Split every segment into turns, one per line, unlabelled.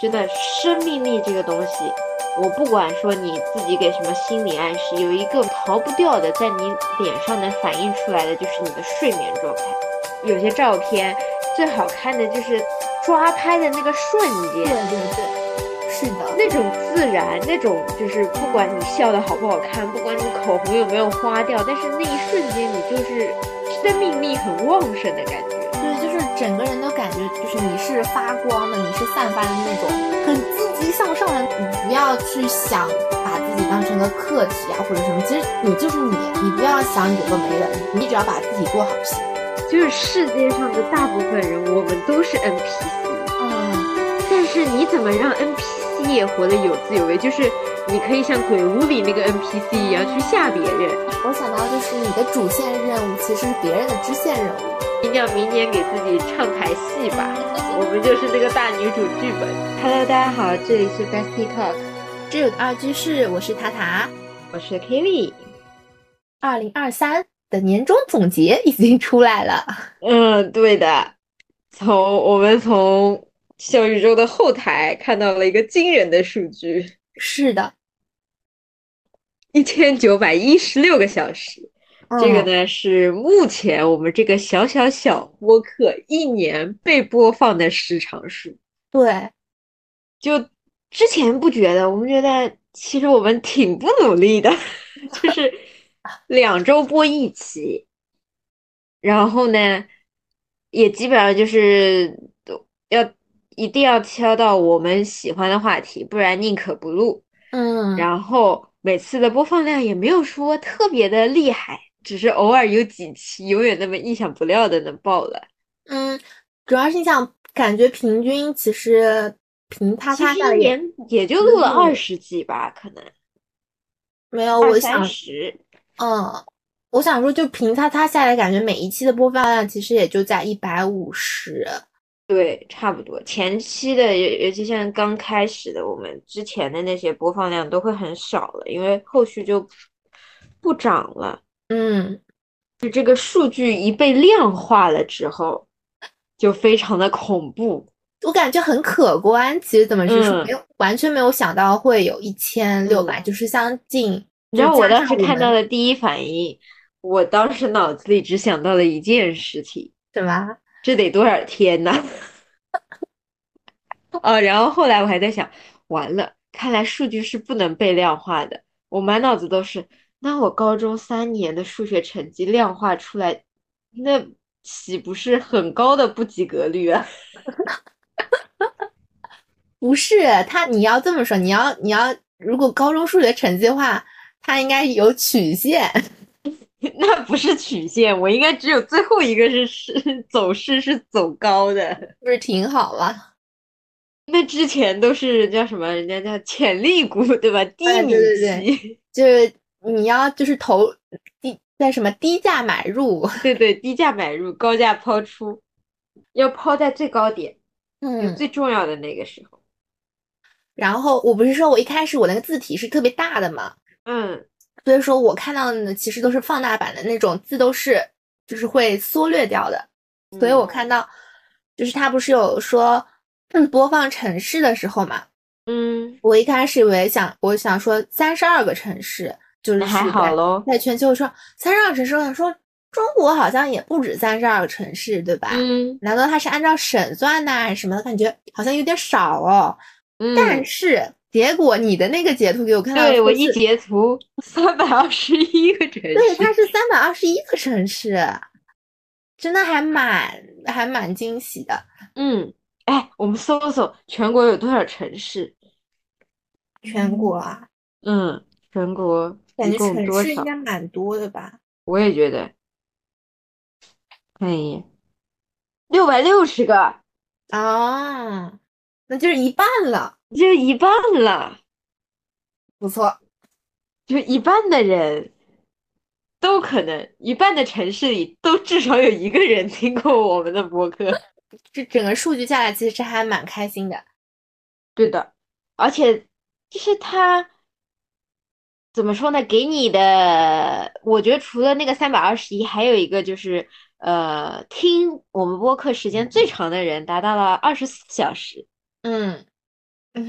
真的生命力这个东西，我不管说你自己给什么心理暗示，有一个逃不掉的，在你脸上能反映出来的就是你的睡眠状态。有些照片最好看的就是抓拍的那个瞬
对
间，
对对，是的，
那种自然，那种就是不管你笑的好不好看，不管你口红有没有花掉，但是那一瞬间你就是生命力很旺盛的感觉。
对，就是整个人都感觉就是你是发光的，你是散发的那种很积极向上的，你不要去想把自己当成个客体啊或者什么，其实你就是你，你不要想有的没的，你只要把自己做好就行。
就是世界上的大部分人，我们都是 NPC。
嗯，
但是你怎么让 NPC 也活得有滋有味？就是你可以像鬼屋里那个 NPC 一样去吓别人。
我想到就是你的主线任务其实是别人的支线任务。
一定要明年给自己唱台戏吧，我们就是那个大女主剧本。Hello，大家好，这里是 Bestie Talk，
只有二居室，我是塔塔。
我是 Kelly。
二零二三的年终总结已经出来了，
嗯，对的，从我们从小宇宙的后台看到了一个惊人的数据，
是的，
一千九百一十六个小时。
嗯
这个呢是目前我们这个小小小播客一年被播放的时长数。
对，
就之前不觉得，我们觉得其实我们挺不努力的， 就是两周播一期，然后呢，也基本上就是都要一定要挑到我们喜欢的话题，不然宁可不录。
嗯，
然后每次的播放量也没有说特别的厉害，只是偶尔有几期永远那么意想不料的能爆了。
嗯，主要是你想感觉平均其实平塌
其
塌
实
下来
一
也
年也就录了
嗯
二十集吧，可能
没有，
二
哦我
三
想，
十。
嗯，我想说就平塌塌下来，感觉每一期的播放量其实也就在一百五十，
对，差不多。前期的，尤尤其像刚开始的，我们之前的那些播放量都会很少了，因为后续就不涨了。
嗯，
就这个数据一被量化了之后，就非常的恐怖。
我感觉很可观。其实怎么是说，
嗯
没有完全没有想到会有一千六百，就是相近。
你知道
就
我
加
当时
上
看
们
到的第一反应，我当时脑子里只想到了一件事情：
什么？
这得多少天呐？ 哦，然后后来我还在想，完了，看来数据是不能被量化的。我满脑子都是，那我高中三年的数学成绩量化出来，那岂不是很高的不及格率啊？
不是他，你要这么说，你要你要，如果高中数学成绩的话，它应该有曲线。
那不是曲线，我应该只有最后一个是是走势是走高的。
不是挺好吗？
那之前都是叫什么？人家叫潜力股，对吧？低
哎
迷
对对
期，
就是你要就是投低在什么低价买 入，
对对，低价买入，高价抛出，要抛在最高点，就
嗯，
最重要的那个时候。
然后我不是说我一开始我那个字体是特别大的嘛，
嗯，
所以说我看到的呢其实都是放大版的那种字都是就是会缩略掉的，
嗯
所以我看到就是它不是有说嗯播放城市的时候嘛，
嗯，
我一开始以为想我想说三十二个城市就是
那还
取
好
代
喽。
在全球说三十二城市，我想说中国好像也不止三十二个城市对吧？
嗯
难道它是按照省算呐、还是什么的？感觉好像有点少哦。但
嗯，
是结果你的那个截图给我看到的
对我
数
一
字
截图，三百二十一个城
对，
市，
它是三百二十一个城市，真的还蛮还蛮惊喜的。
嗯，哎，我们搜搜全国有多少城市？
全国啊，
嗯，全国
感
一
觉
共
城
多
市应
少？
该蛮多的吧？
我也觉得，看一眼，六百六十个，
啊、那就是一半了，
就一半了，
不错。
就一半的人都可能，一半的城市里都至少有一个人听过我们的播客。
这整个数据下来，其实还蛮开心的。
对的，而且就是他怎么说呢？给你的，我觉得除了那个三百二十一，还有一个就是，呃，听我们播客时间最长的人达到了二十四小时。
嗯，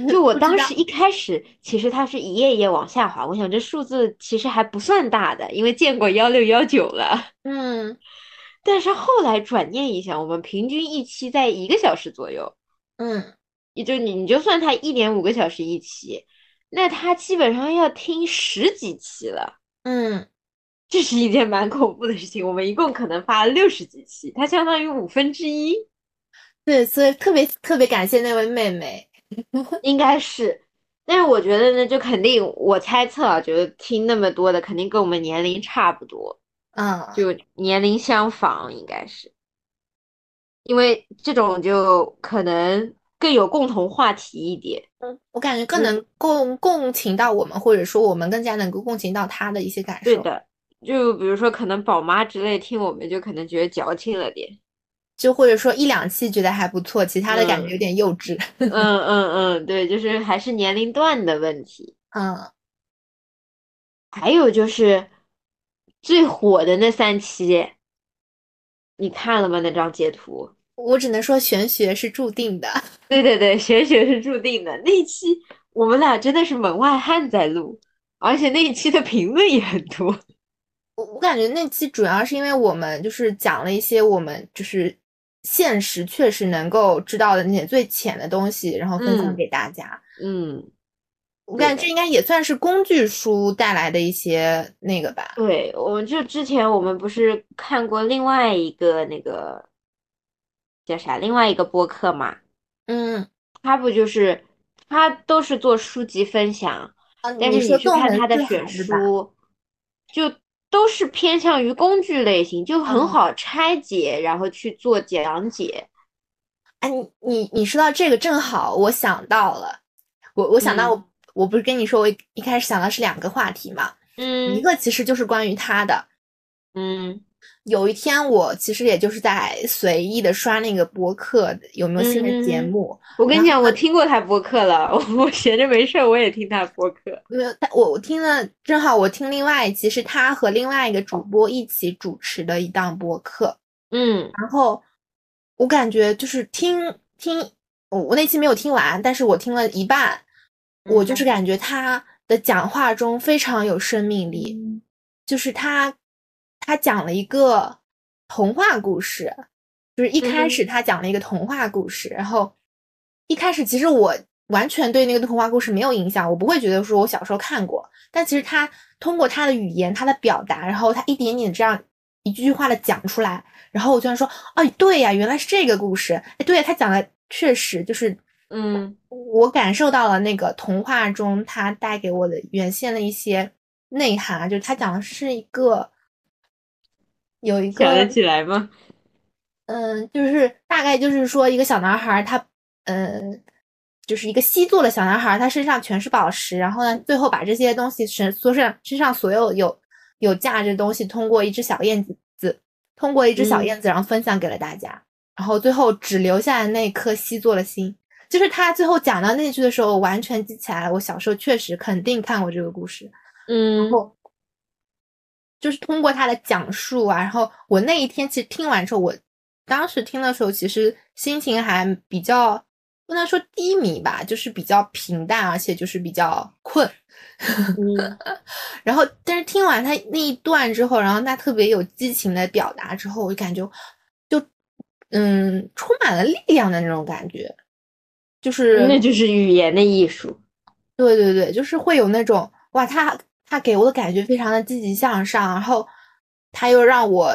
就我
不知
当
道
时一开始，其实它是一页一页往下滑，我想这数字其实还不算大的，因为见过幺六幺九了。
嗯
但是后来转念一想，我们平均一期在一个小时左右，
嗯，
也就你你就算它一点五个小时一期，那它基本上要听十几期了，
嗯，
这是一件蛮恐怖的事情。我们一共可能发了六十几期，它相当于五分之一，
对，所以特别特别感谢那位 妹妹。
应该是。但是我觉得呢，就肯定我猜测啊，觉得听那么多的肯定跟我们年龄差不多。
嗯，
就年龄相仿，应该是，因为这种就可能更有共同话题一点。
我感觉
嗯
更能共共情到我们，或者说我们更加能够共情到她的一些感受。
对，的，就比如说可能宝妈之类听我们就可能觉得矫情了点。
就或者说一两期觉得还不错，其他的感觉
嗯
有点幼稚。
嗯嗯嗯，对，就是还是年龄段的问题。
嗯
还有就是最火的那三期，你看了吗？那张截图？
我只能说玄学是注定的。
对对对，玄学是注定的。那一期我们俩真的是门外汉在录，而且那一期的评论也很多。
我我感觉那期主要是因为我们就是讲了一些我们就是现实确实能够知道的那些最浅的东西，然后分享
嗯
给大家。
嗯，
我
对
感
的
觉这应该也算是工具书带来的一些那个吧。
对，我们就之前我们不是看过另外一个那个叫啥，另外一个播客嘛，
嗯，
他不就是他都是做书籍分享，
啊，
但
你
是
说
去
纵
看
横
他的
四
选
海是吧？
书，就都是偏向于工具类型，就很
嗯
好拆解，然后去做讲解。
哎，你你你说到这个，正好我想到了，我我想到
嗯
我、我不是跟你说我一一开始想到是两个话题嘛，一
嗯
个其实就是关于他的，
嗯
有一天，我其实也就是在随意的刷那个博客，有没有新的节
嗯嗯嗯
目？
我跟
然
你讲，我听过他播客了，我我闲着没事儿我也听他播客。
没有，但我我听了，正好我听另外一期是他和另外一个主播一起主持的一档博客，
嗯
然后我感觉就是听听，我我那期没有听完，但是我听了一半，我就是感觉他的讲话中非常有生命力，就是他他讲了一个童话故事，就是一开始他讲了一个童话故事，然后一开始其实我完全对那个童话故事没有印象，我不会觉得说我小时候看过，但其实他通过他的语言、他的表达，然后他一点点这样一句句话的讲出来，然后我居然说，哎，对呀，原来是这个故事，哎，对呀，他讲的确实就是
嗯。
我感受到了那个童话中它带给我的原先的一些内涵，啊就是它讲的是一个有一
想得
个
起来吗？
嗯，就是大概就是说一个小男孩儿他嗯，就是一个西座的小男孩儿，他身上全是宝石，然后呢，最后把这些东西身身上身上所有有有价值的东西，通过一只小燕子，通过一只小
嗯
燕子，然后分享给了大家，然后最后只留下了那颗西座的心。就是他最后讲到那句的时候，我完全记起来了。我小时候确实肯定看过这个故事，
嗯
后就是通过他的讲述啊，然后我那一天其实听完之后，我当时听的时候其实心情还比较不能说低迷吧，就是比较平淡，而且就是比较困。
嗯
然后，但是听完他那一段之后，然后他特别有激情的表达之后，我就感觉就嗯充满了力量的那种感觉，就是
那就是语言的艺术。
对对对，就是会有那种哇，他他给我的感觉非常的积极向上，然后他又让我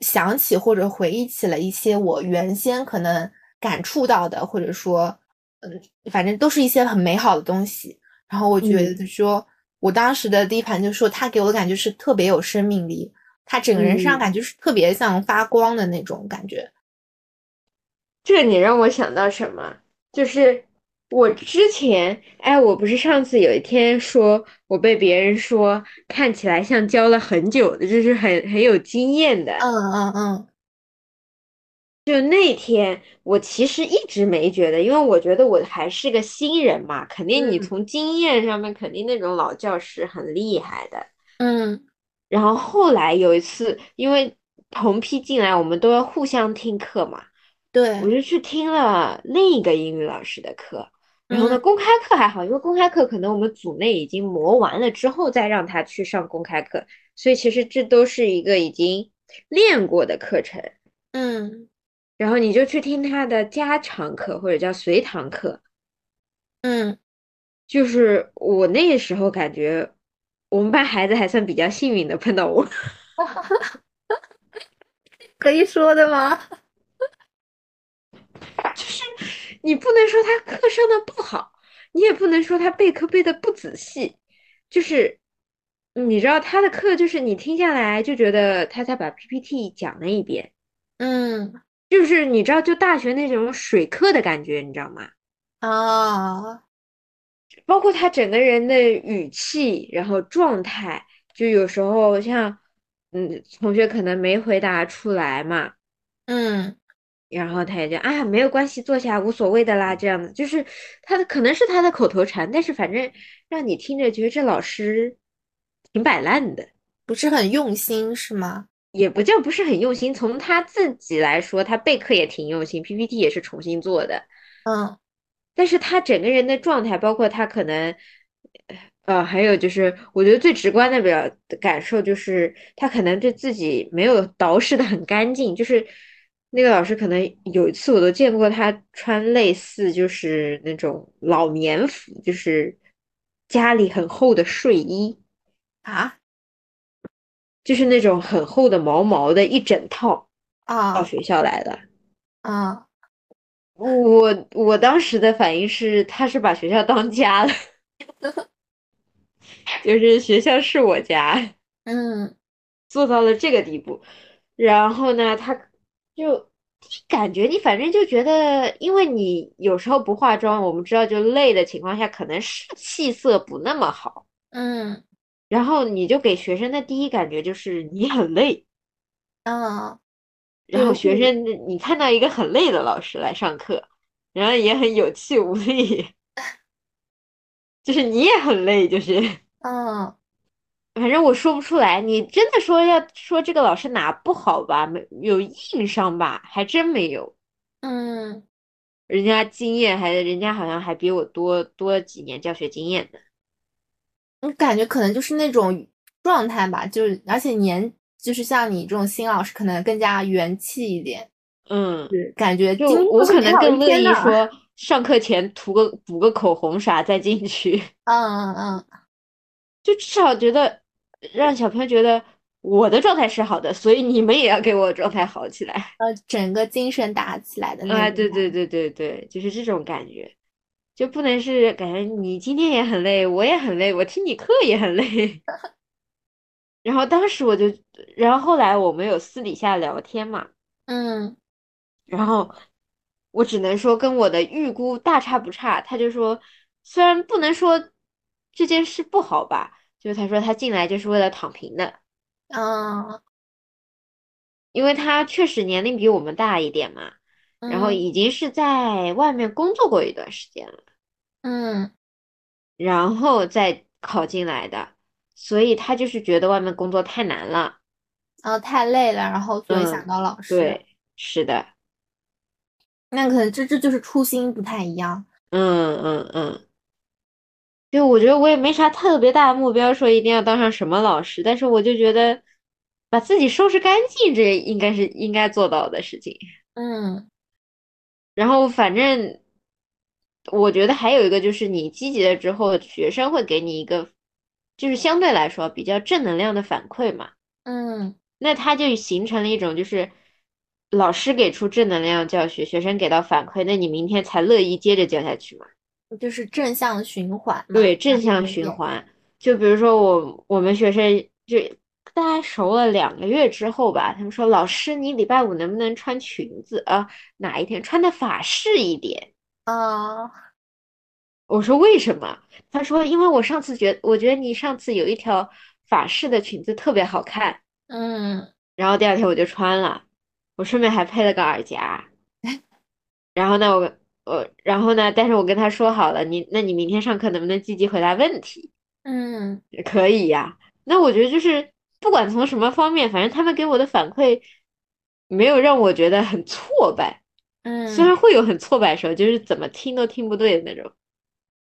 想起或者回忆起了一些我原先可能感触到的，或者说嗯，反正都是一些很美好的东西。然后我觉
嗯
得说，我当时的第一反应就是说，他给我的感觉是特别有生命力，他整个人身上
嗯
感觉是特别像发光的那种感觉。
这你让我想到什么？就是我之前，哎，我不是上次有一天说我被别人说看起来像教了很久的，就是很很有经验的。
嗯嗯嗯
就那天，我其实一直没觉得，因为我觉得我还是个新人嘛，肯定你
嗯
从经验上面，肯定那种老教师很厉害的。
嗯
然后后来有一次，因为同批进来，我们都要互相听课嘛，
对，
我就去听了另一个英语老师的课。然后呢，公开课还好，因为公开课可能我们组内已经磨完了之后再让他去上公开课，所以其实这都是一个已经练过的课程。
嗯
然后你就去听他的家常课或者叫随堂课，
嗯，
就是我那时候感觉我们班孩子还算比较幸运的碰到我，
可以说的吗？
就是你不能说他课上的不好，你也不能说他备课备的不仔细，就是你知道他的课就是你听下来就觉得他在把 PPT 讲了一遍，
嗯
就是你知道就大学那种水课的感觉，你知道吗？
啊，
包括他整个人的语气，然后状态，就有时候像，嗯，同学可能没回答出来嘛，
嗯
然后他也就啊，没有关系，坐下，无所谓的啦，这样子，就是他的可能是他的口头禅，但是反正让你听着觉得这老师挺摆烂的，
不是很用心是吗？
也不叫不是很用心。从他自己来说，他备课也挺用心，PPT 也是重新做的，
嗯
但是他整个人的状态，包括他可能，呃，还有就是，我觉得最直观的表的感受就是，他可能对自己没有捯饬的很干净。就是那个老师，可能有一次我都见过他穿类似就是那种老年服，就是家里很厚的睡衣，
啊
就是那种很厚的毛毛的一整套到
啊
学校来的。哦
啊！
我我当时的反应是，他是把学校当家了，就是学校是我家，
嗯
做到了这个地步。然后呢，他就感觉你反正就觉得，因为你有时候不化妆，我们知道就累的情况下，可能是气色不那么好，
嗯
然后你就给学生的第一感觉就是你很累，
嗯
然后学
嗯
生你看到一个很累的老师来上课，然后也很有气无 力，就是你也很累，就是
嗯
反正我说不出来。你真的说要说这个老师哪不好吧，没有硬伤吧，还真没有。
嗯
人家经验还，人家好像还比我多多几年教学经验呢。
我感觉可能就是那种状态吧，就是而且年就是像你这种新老师，可能更加元气一点，
嗯，
是感觉
就
今天
我
是
可
美
能
好的一
更乐
天
意
呢。
说上课前涂个补个口红啥再进去。
嗯嗯
就至少觉得让小朋友觉得我的状态是好的，所以你们也要给我状态好起来。
嗯，呃，整个精神打起来的那
啊，
种
对对对对对，就是这种感觉，就不能是感觉你今天也很累，我也很累，我听你课也很累。然后当时我就，然后后来我们有私底下聊天嘛，
嗯
然后我只能说跟我的预估大差不差。他就说，虽然不能说这件事不好吧，就是他说他进来就是为了躺平的。
嗯
因为他确实年龄比我们大一点嘛，然后
嗯
已经是在外面工作过一段时间了，
嗯
然后再考进来的，所以他就是觉得外面工作太难了。
然后哦太累了，然后所以想
嗯，
到老师，
对，是的，
那可能这这就是初心不太一样。
嗯嗯嗯，就我觉得我也没啥特别大的目标，说一定要当上什么老师，但是我就觉得把自己收拾干净，这应该是应该做到的事情。
嗯
然后反正我觉得还有一个就是你积极了之后，学生会给你一个就是相对来说比较正能量的反馈嘛，
嗯
那它就形成了一种就是老师给出正能量教学，学生给到反馈，那你明天才乐意接着教下去嘛。
就是正向循环嘛，
对，正
一
向
点
循
点。
环。就比如说我我们学生就大概熟了两个月之后吧，他们说老师你礼拜五能不能穿裙子啊？哪一天穿的法式一点？
啊
我说为什么？他说因为我上次觉，我觉得你上次有一条法式的裙子特别好看，
嗯
然后第二天我就穿了，我顺便还配了个耳夹。然后呢，我我然后呢，但是我跟他说好了，你那你明天上课能不能积极回答问题？
嗯
可以呀、那我觉得就是不管从什么方面，反正他们给我的反馈没有让我觉得很挫败，虽然
嗯
会有很挫败的时候，就是怎么听都听不对的那种。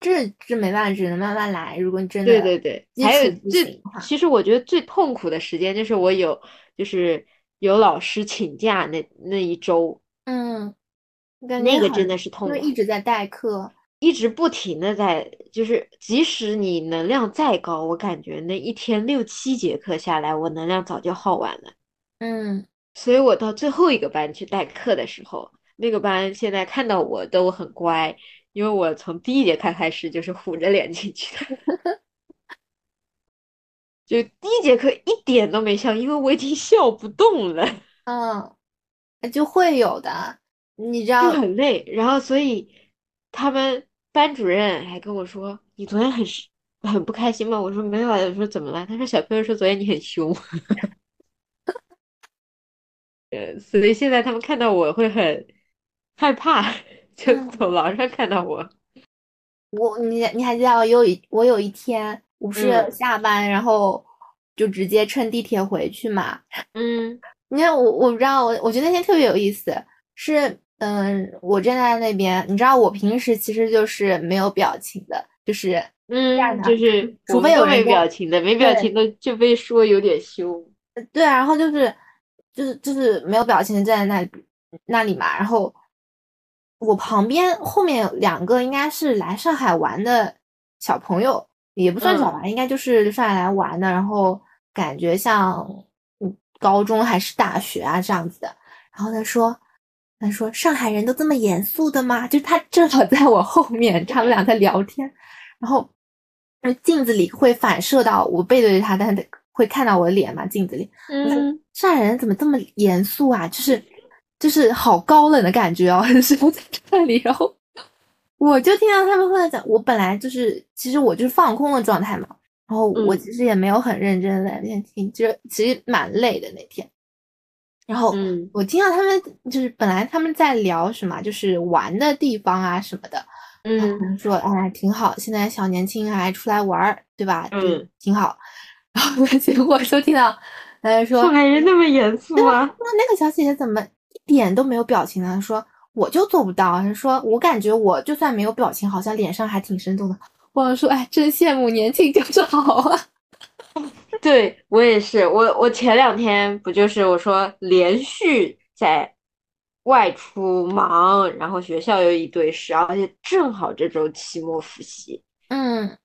这这没办法，只能慢慢来。如果你真的
对对对，
基
还有
础不行
最
的话，
其实我觉得最痛苦的时间就是我有就是有老师请假那那一周，
嗯，感觉
那个
好
真的是痛
因
苦
为，一直在代课，
一直不停的在就是，即使你能量再高，我感觉那一天六七节课下来，我能量早就耗完了。
嗯，
所以我到最后一个班去代课的时候，那个班现在看到我都很乖，因为我从第一节课开始就是虎着脸进去的， 就第一节课一点都没笑，因为我已经笑不动了，
嗯，就会有的。你知
就
道，
很累。然后所以他们班主任还跟我说：“你昨天很是很不开心吗？”我说：“没有啊。”我说：“怎么了？”他说：“小朋友说昨天你很凶。” 呃，所以现在他们看到我会很害怕，就
嗯
走廊上看到我，
我你你还记得我有一我有一天我不是
嗯
下班，然后就直接乘地铁回去嘛，
嗯
你看我，我不知道，我我觉得那天特别有意思，是嗯，我站在那边，你知道我平时其实就是没有表情的，就是样
嗯，
的
就是
除
我们
非有
都
人
没
在
表情的，没表
对
情的就被说有点凶，
对啊，然后就是就是就是没有表情的站在那里那里嘛，然后我旁边后面有两个应该是来上海玩的小朋友，也不算小
嗯
吧，应该就是上海来玩的，然后感觉像嗯高中还是大学啊这样子的，然后他说。他说：“上海人都这么严肃的吗？”就是他正好在我后面，他们俩在聊天，然后那镜子里会反射到我背对着他，但是会看到我的脸嘛，镜子里。
嗯，
上海人怎么这么严肃啊？就是就是好高冷的感觉哦， 就是我在这里，然后我就听到他们会在讲，我本来就是其实我就是放空的状态嘛，然后我
嗯
其实也没有很认真的在那边听，就是其实蛮累的那天。然后
嗯
我听到他们就是本来他们在聊什么，就是玩的地方啊什么的，然后
嗯
他们说哎挺好，现在小年轻还出来玩儿，对吧？就是
嗯
挺好。 然后结果就听到大家说
上海人那么严 肃吗？
那那个小姐姐怎么一点都没有表情呢？她啊说我就做不到。啊她说我感觉我就算没有表情，好像脸上还挺生动的。我想说，哎，真羡慕年轻就是好啊。
对，我也是，我我前两天不就是我说连续在外出忙，然后学校又一堆事，而且正好这周期末复习，
嗯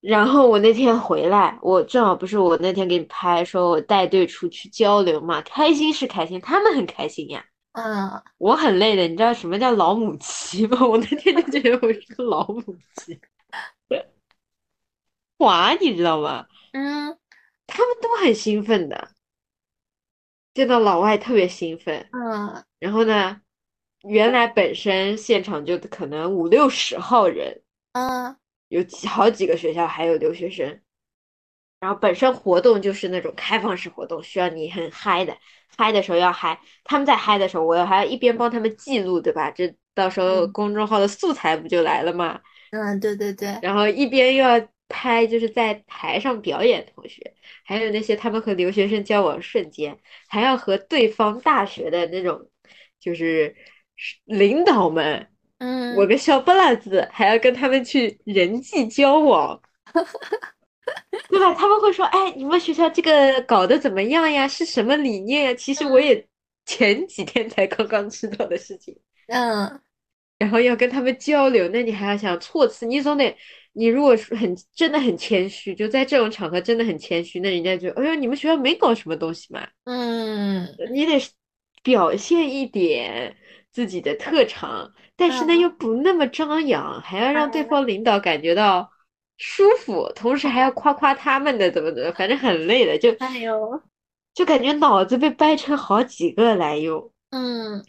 然后我那天回来，我正好不是我那天给你拍说我带队出去交流嘛，开心是开心，他们很开心呀，
嗯，
我很累的，你知道什么叫老母鸡吗？ 我那天就觉得我是个老母鸡， 滑，你知道吗？
嗯
他们都很兴奋的，见到老外特别兴奋。
嗯
然后呢，原来本身现场就可能五六十号人，
嗯
有几好几个学校还有留学生。然后本身活动就是那种开放式活动，需要你很嗨的，嗨的时候要嗨，他们在嗨的时候，我还要一边帮他们记录，对吧？这到时候
嗯
公众号的素材不就来了吗？
嗯，对对对，
然后一边又要拍就是在台上表演的同学，还有那些他们和留学生交往瞬间，还要和对方大学的那种就是领导们，
嗯，
我个小不拉子还要跟他们去人际交往。对吧？他们会说：“哎，你们学校这个搞得怎么样呀？是什么理念呀？”其实我也前几天才刚刚知道的事情。
嗯
然后要跟他们交流，那你还要想措辞，你总得，你如果是很真的很谦虚，就在这种场合真的很谦虚，那人家就，哎呦，你们学校没搞什么东西嘛，
嗯
你得表现一点自己的特长，但是呢
嗯
又不那么张扬，还要让对方领导感觉到舒服，同时还要夸夸他们的怎么怎么，反正很累的，就
哎呦，
就感觉脑子被掰成好几个来用。
嗯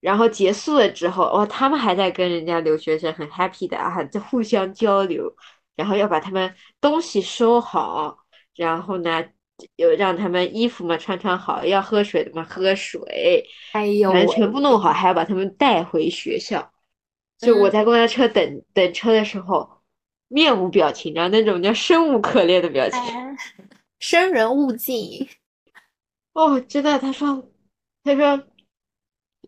然后结束了之后，哇，他们还在跟人家留学生很 happy 的啊，在互相交流，然后要把他们东西收好，然后呢，有让他们衣服嘛穿穿好，要喝水的嘛喝水，
哎呦
反正
喂，
全部弄好，还要把他们带回学校。就我
嗯
在公交车等等车的时候，面无表情，然后那种叫生无可恋的表情。
哎，生人勿近。
哦，真的，他说，他说，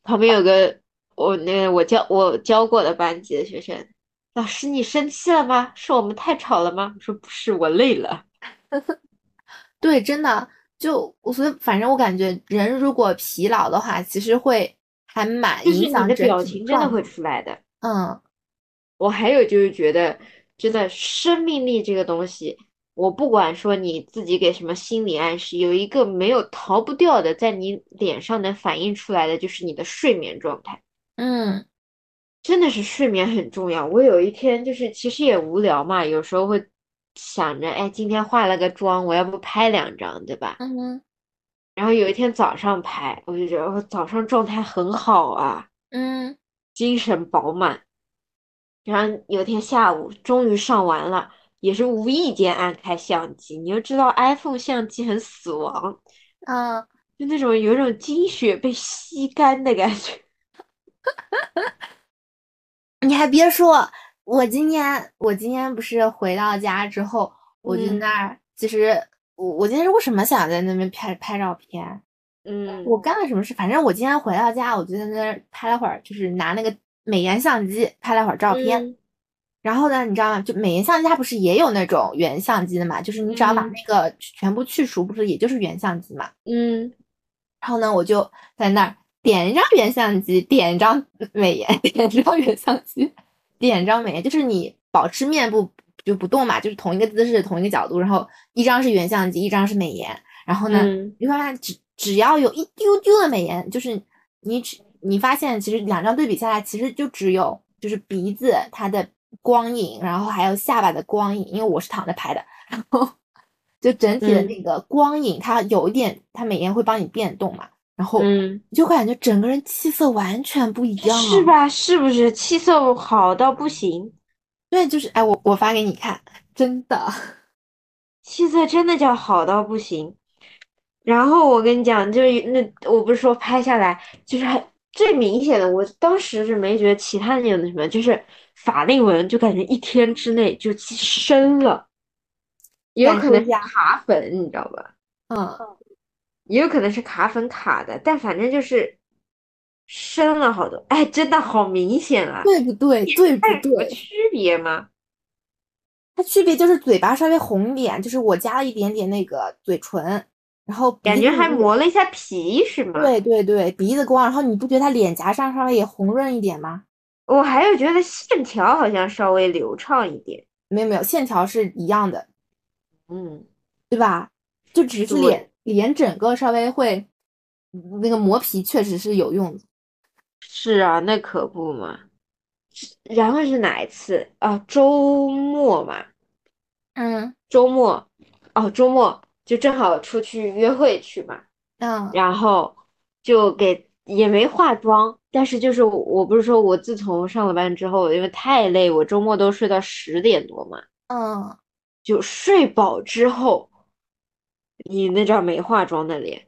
旁边有个我那个我教我教过的班级的学生，老师，你生气了吗？是我们太吵了吗？”我说：“不是，我累了。
对，真的，就我所以，反正我感觉人如果疲劳的话，其实会还蛮
就是
影
你
响
的
整
表
体
情真的
状
会出来的。
嗯，
我还有就是觉得，真的生命力这个东西，我不管说你自己给什么心理暗示，有一个没有逃不掉的，在你脸上能反映出来的，就是你的睡眠状态。
嗯
真的是睡眠很重要。我有一天就是其实也无聊嘛，有时候会想着，哎，今天化了个妆，我要不拍两张，对吧？
嗯哼
然后有一天早上拍，我就觉得我哦早上状态很好啊，
嗯
精神饱满。然后有一天下午终于上完了，也是无意间按开相机，你就知道 iPhone 相机很死亡，
啊，
就那种有一种精血被吸干的感觉。
你还别说，我今天我今天不是回到家之后，我就
嗯
那儿，其实我我今天是为什么想在那边拍拍照片？
嗯，
我干了什么事？反正我今天回到家，我就在那儿拍了会儿，就是拿那个美颜相机拍了会儿照片。
嗯
然后呢，你知道吗？就美颜相机它不是也有那种原相机的嘛？就是你只要把
嗯
那个全部去除，不是也就是原相机嘛？
嗯，
然后呢，我就在那儿点一张原相机，点一张美颜，点一张原相机，点一张美颜，就是你保持面部就不动嘛，就是同一个姿势、同一个角度，然后一张是原相机，一张是美颜，然后呢，
嗯
你发现只只要有一丢丢的美颜，就是你只你发现其实两张对比下来，其实就只有就是鼻子它的光影，然后还有下巴的光影，因为我是躺着拍的，然后就整体的
嗯
那个光影，它有一点，它美颜会帮你变动嘛，然后
嗯
你就感觉整个人气色完全不一样，啊
是？吧？是不是气色好到不行？
对，就是哎，我我发给你看，真的，
气色真的叫好到不行。然后我跟你讲，就是那我不是说拍下来，就是很最明显的，我当时是没觉得其他的有那什么，就是法令纹，就感觉一天之内就深了，也有可能
感受一
是
下
卡粉，你知道吧？
嗯，
也有可能是卡粉卡的，但反正就是深了好多。哎，真的好明显啊！
对不对？对不
它有什么
对？
区别吗？
它区别就是嘴巴稍微红一点，就是我加了一点点那个嘴唇，然后鼻
感觉
子
还
有
磨了一下皮是吗？
对对对，鼻子光，然后你不觉得他脸颊上稍微也红润一点吗？
我还有觉得线条好像稍微流畅一点，
没有没有，线条是一样的，
嗯，
对吧？就只是
对
脸脸整个稍微会那个磨皮，确实是有用的。
是啊，那可不嘛。然后是哪一次啊？周末嘛，
嗯
周末，哦，周末就正好出去约会去嘛，
嗯
然后就给也没化妆，但是就是我我不是说我自从上了班之后，因为太累，我周末都睡到十点多嘛，
嗯，
就睡饱之后，你那张没化妆的脸，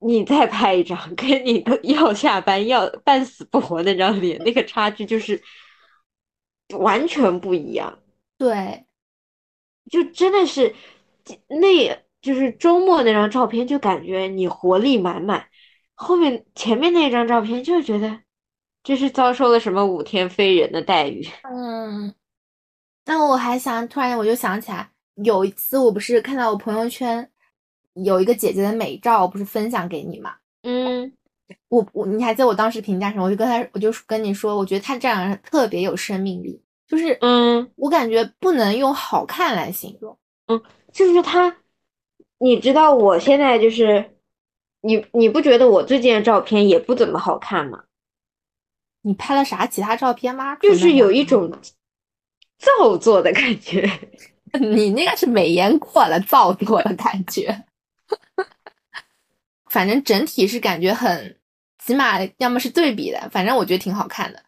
你再拍一张，跟你的要下班要半死不活那张脸，那个差距就是完全不一样，
对，
就真的是那，就是周末那张照片，就感觉你活力满满，后面前面那张照片就觉得这是遭受了什么五天飞人的待遇，
嗯。那我还想，突然我就想起来，有一次我不是看到我朋友圈有一个姐姐的美照，我不是分享给你吗？
嗯
我我你还记得我当时评价什么？我就跟他，我就跟你说，我觉得他这样人特别有生命力，就是
嗯。
我感觉不能用好看来形容。
就是他，你知道我现在就是，你你不觉得我最近的照片也不怎么好看吗？
你拍了啥其他照片吗？
就
除了
是有一
那
种造作的感觉，
个，你那个是美颜过了造作的感觉。 反正整体是感觉很，起码要么是对比的，反正我觉得挺好看的。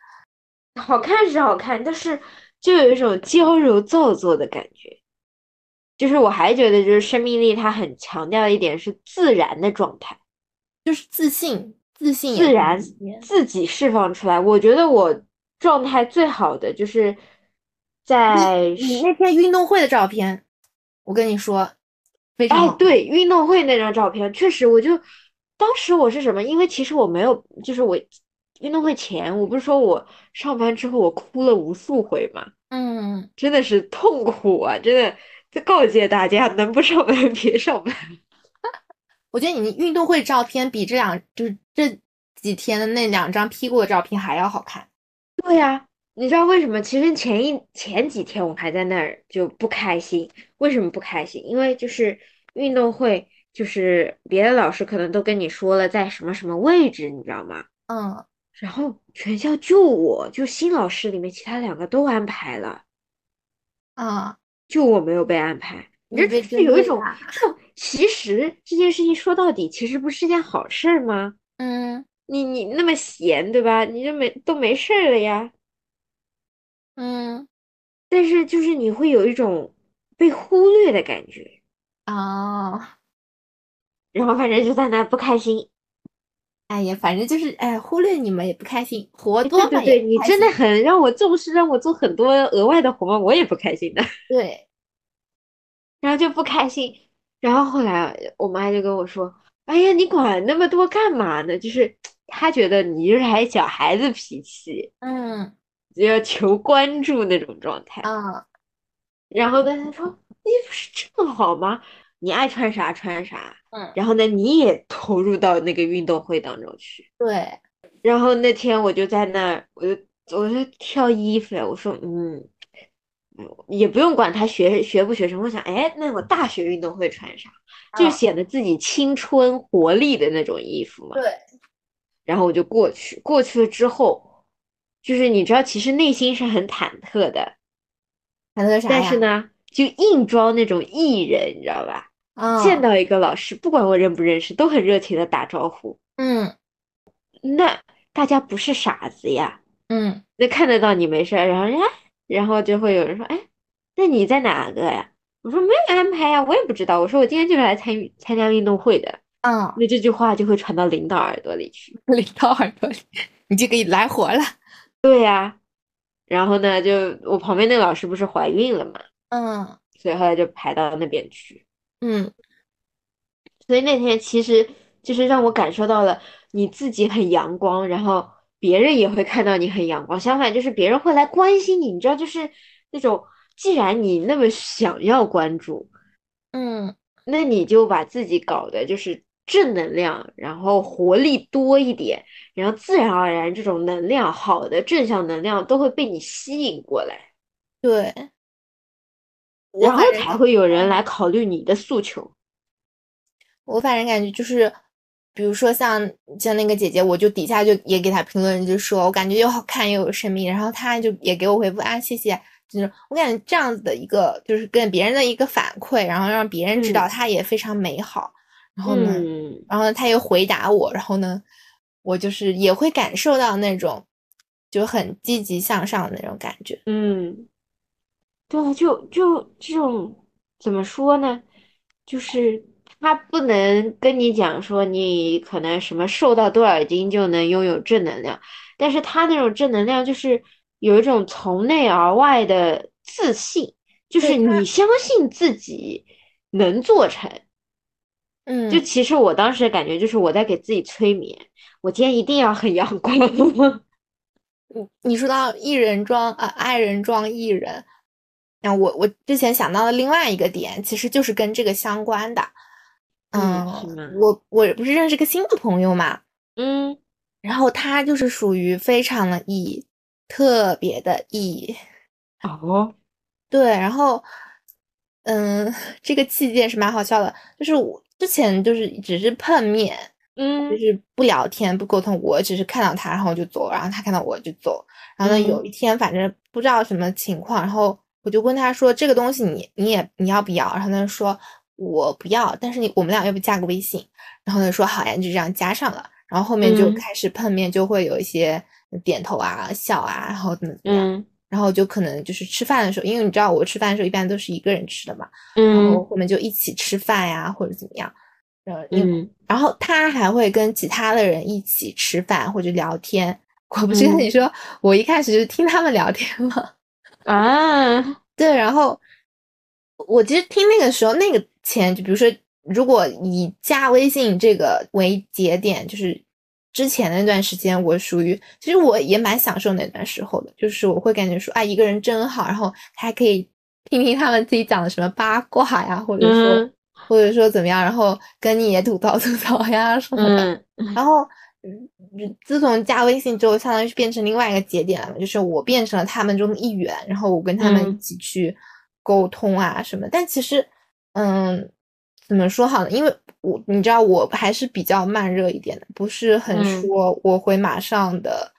好看是好看，但是就有一种娇柔造作的感觉。就是我还觉得，就是生命力，它很强调一点是自然的状态，
就是自信，自信也
自
是
然
里面
自己释放出来。我觉得我状态最好的就是在
你那天运动会的照片，我跟你说，非常
哎
好，
对，运动会那张照片，确实，我就当时我是什么？因为其实我没有，就是我运动会前，我不是说我上班之后我哭了无数回嘛，
嗯，
真的是痛苦啊！真的，就告诫大家，能不上班 别上班。
我觉得你运动会照片比这两就是这几天的那两张 P 过的照片还要好看。
对呀、你知道为什么？其实前一前几天我还在那儿就不开心，为什么不开心？因为就是运动会，就是别的老师可能都跟你说了在什么什么位置，你知道吗？
嗯，
然后全校就我就新老师里面其他两个都安排了，
啊，
就我没有被安排。你这
你被
就
针
有一
对
种
啦
这种，其实这件事情说到底其实不是件好事儿吗？
嗯
你你那么闲，对吧？你这没都没事儿了呀。
嗯
但是就是你会有一种被忽略的感觉，
啊，
然后反正就在那不开心。
哎呀，反正就是哎，忽略你们也不开心，活
对
多
对
了也
对，
不
你
开
真的
心
很让我重视，让我做很多额外的活嘛，我也不开心的，
对，
然后就不开心。然后后来我妈就跟我说：“哎呀，你管那么多干嘛呢？就是她觉得你就是还小孩子脾气，
嗯
就要求关注那种状态。”
啊
然后呢，他说衣服是这么好吗？你爱穿啥穿啥。
嗯，
然后呢，你也投入到那个运动会当中去。
对，
然后那天我就在那儿，我就我就挑衣服呀，我说嗯，嗯也不用管他学学不学什么，我想哎，那我大学运动会穿啥，就
啊
显得自己青春活力的那种衣服嘛。
对，
然后我就过去，过去了之后，就是你知道，其实内心是很忐忑的。
还能有啥
但
呀
是？呢，就硬装那种艺人，你知道吧？
嗯
见到一个老师，不管我认不认识，都很热情的打招呼。
嗯
那大家不是傻子呀，
嗯
那看得到你没事儿，然后人家，然后就会有人说，哎，那你在哪个呀？我说没有安排呀，我也不知道。我说我今天就是来参与参加运动会的。
嗯，
那这句话就会传到领导耳朵里去。
领到耳朵里，你就给来活了。
对呀，然后呢，就我旁边那个老师不是怀孕了嘛，
嗯
所以后来就排到那边去。
嗯
所以那天其实就是让我感受到了你自己很阳光，然后别人也会看到你很阳光。相反，就是别人会来关心你，你知道，就是那种既然你那么想要关注，
嗯
那你就把自己搞的就是正能量，然后活力多一点，然后自然而然这种能量，好的正向能量都会被你吸引过来，
对，我
然后
反正
才会有人来考虑你的诉求。
我反正感觉就是，比如说像像那个姐姐，我就底下就也给她评论，就说我感觉又好看又有生命，然后她就也给我回复啊谢谢，就是我感觉这样子的一个就是跟别人的一个反馈，然后让别人知道
嗯
她也非常美好，然后呢，
嗯。
然后她又回答我，然后呢，我就是也会感受到那种就很积极向上的那种感觉，
嗯，对，啊就就这种怎么说呢？就是他不能跟你讲说你可能什么瘦到多少斤就能拥有正能量，但是他那种正能量就是有一种从内而外的自信，就
对
是
他
你相信自己能做成。
嗯，
就其实我当时的感觉就是我在给自己催眠，我今天一定要很阳光。
你嗯你说到艺人装啊、呃，爱人装艺人，那我我之前想到的另外一个点，其实就是跟这个相关的。
嗯
嗯，
是吗
我我不是认识个新的朋友嘛，
嗯
然后他就是属于非常的 E，特别的 E。
哦，
对，然后，嗯， 这个契机也是蛮好笑的，就是我之前就是只是碰面，
嗯
就是不聊天不沟通，我只是看到他，然后我就走，然后他看到我就走。然后呢，有
嗯
一天反正不知道什么情况，然后我就问他说：“这个东西你你也你要不要？”然后他就说：“我不要。”但是你我们俩要不加个微信？然后他就说：“好呀。”就这样加上了。然后后面就
嗯
开始碰面，就会有一些点头啊、笑啊，然后怎么怎么样。
嗯
然后就可能就是吃饭的时候，因为你知道我吃饭的时候一般都是一个人吃的嘛，然
嗯
后。我们就一起吃饭呀，或者怎么样。呃，因为
嗯
然后他还会跟其他的人一起吃饭或者聊天。 果不其然，
嗯
你说、我一开始就听他们聊天了。
啊，
对，然后我其实听那个时候那个前，就比如说，如果以加微信这个为节点，就是之前那段时间，我属于其实我也蛮享受那段时候的，就是我会感觉说啊，一个人真好，然后还可以听听他们自己讲的什么八卦呀，或者说、
嗯
或者说怎么样，然后跟你也吐槽吐槽呀什么的。
嗯
然后嗯自从加微信之后，相当于是变成另外一个节点了嘛，就是我变成了他们中的一员，然后我跟他们
嗯
一起去沟通啊什么。但其实，嗯，怎么说好呢？因为我你知道，我还是比较慢热一点的，不是很
嗯
说我会马上的。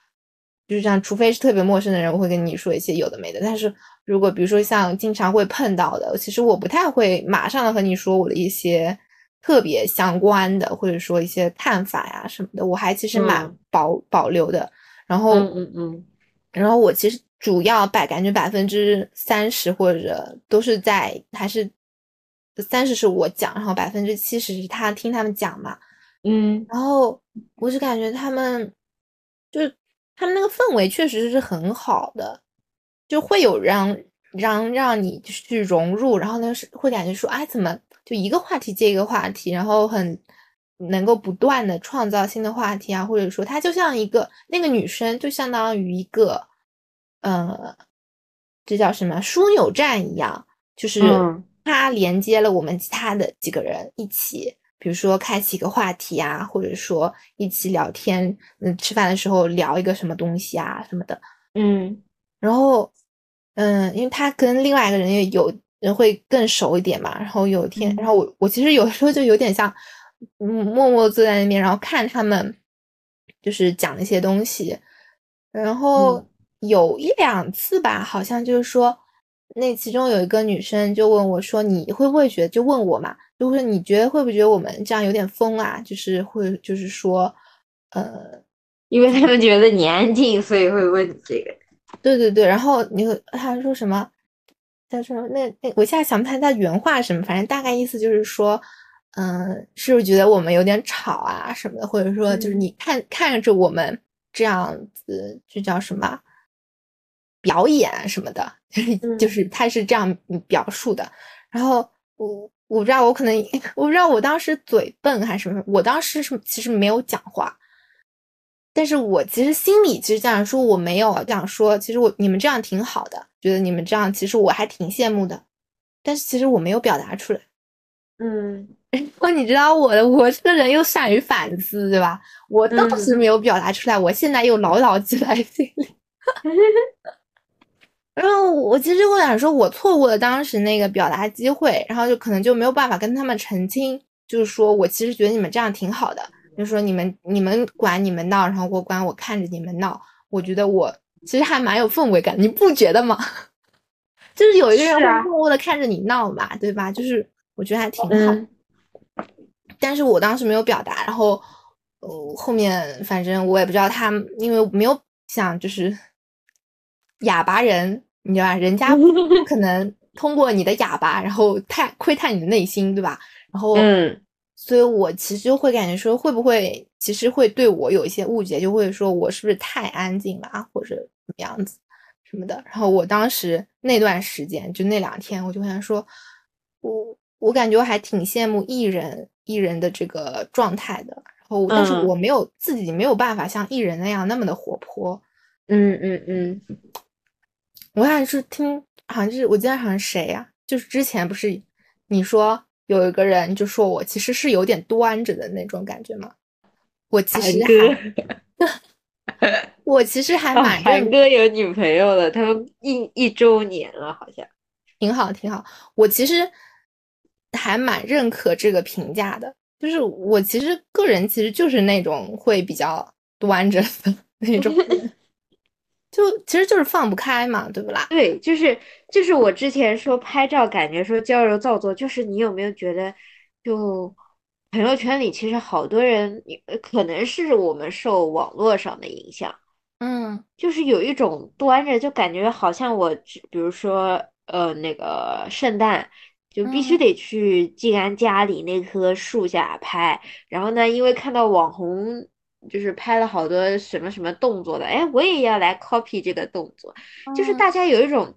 就是这样，除非是特别陌生的人，我会跟你说一些有的没的。但是如果比如说像经常会碰到的，其实我不太会马上的和你说我的一些特别相关的，或者说一些看法呀、什么的，我还其实蛮
嗯
保、保留的。然后，
嗯嗯嗯，
然后我其实主要百感觉百分之三十或者都是在还是三十是我讲，然后百分之七十是他听他们讲嘛。
嗯
然后我就感觉他们，就是他们那个氛围确实是很好的，就会有让让让你就是去融入，然后呢是会感觉说，哎，怎么就一个话题接一个话题，然后很能够不断的创造新的话题啊，或者说她就像一个那个女生，就相当于一个，呃，这叫什么枢纽站一样，就是
嗯
它连接了我们其他的几个人一起，比如说开启一个话题啊，或者说一起聊天，嗯，吃饭的时候聊一个什么东西啊什么的。
嗯
然后，嗯，因为他跟另外一个人也有人会更熟一点嘛。然后有一天，
嗯
然后我我其实有时候就有点像，嗯，默默坐在那边，然后看他们就是讲一些东西。然后
嗯
有一两次吧，好像就是说，那其中有一个女生就问我说：“你会不会觉得？”就问我嘛，就会说你觉得会不会觉得我们这样有点疯啊？就是会，就是说，呃。
因为他们觉得你安静，所以会问你这个。
对对对，然后你会他说什么？他说那那我现在想不起来他原话是什么，反正大概意思就是说，嗯、是不是觉得我们有点吵啊什么的，或者说就是
嗯
你看、看着我们这样子，这叫什么表演啊什么的，就是 就
嗯
是他是这样表述的。然后我我不知道，我可能我不知道我当时嘴笨还是什么，我当时是其实没有讲话，但是我其实心里其实讲说我没有讲说，其实我你们这样挺好的，觉得你们这样其实我还挺羡慕的，但是其实我没有表达出来。
嗯
哦，你知道我的，我这个人又善于反思，对吧？我当
嗯
时没有表达出来，我现在又唠叨起来心里。 然后我其实我想说，我错过了当时那个表达机会，然后就可能就没有办法跟他们澄清，就是说我其实觉得你们这样挺好的，就是说你们你们管你们闹，然后我管我看着你们闹，我觉得我其实还蛮有氛围感，你不觉得吗？ 就是有一个人
是啊
会默默的看着你闹嘛，对吧？就是我觉得还挺哦好。
嗯
但是我当时没有表达，然后呃后面反正我也不知道他们，因为我没有想就是哑巴人，你知道吧？人家不可能通过你的哑巴，然后探窥探你的内心，对吧？然后，
嗯
所以我其实会感觉说，会不会其实会对我有一些误解，就会说我是不是太安静了啊，或者怎么样子什么的。然后我当时那段时间，就那两天，我就想说，我我感觉我还挺羡慕艺人艺人的这个状态的。然后，但是
嗯
我没有、自己没有办法像艺人那样那么的活泼。
嗯嗯嗯
我好像是听，好像是我记得好像是谁呀、就是之前不是你说有一个人就说我其实是有点端着的那种感觉吗？我其
韩
实
哥
还，我其实还
哦，
蛮认
韩哥有女朋友了，他们一一周年了，好像。
挺好，挺好。我其实还蛮认可这个评价的，就是我其实个人其实就是那种会比较端着的 那种 人，就其实就是放不开嘛，对不啦？
对，就是就是我之前说拍照感觉说矫揉造作，就是你有没有觉得，就朋友圈里其实好多人，呃可能是我们受网络上的影响，
嗯
就是有一种端着，就感觉好像我只，比如说呃那个圣诞，就必须
嗯
得去静安家里那棵树下拍，然后呢，因为看到网红就是拍了好多什么什么动作的，哎，我也要来 copy 这个动作。就是
嗯
大家有一种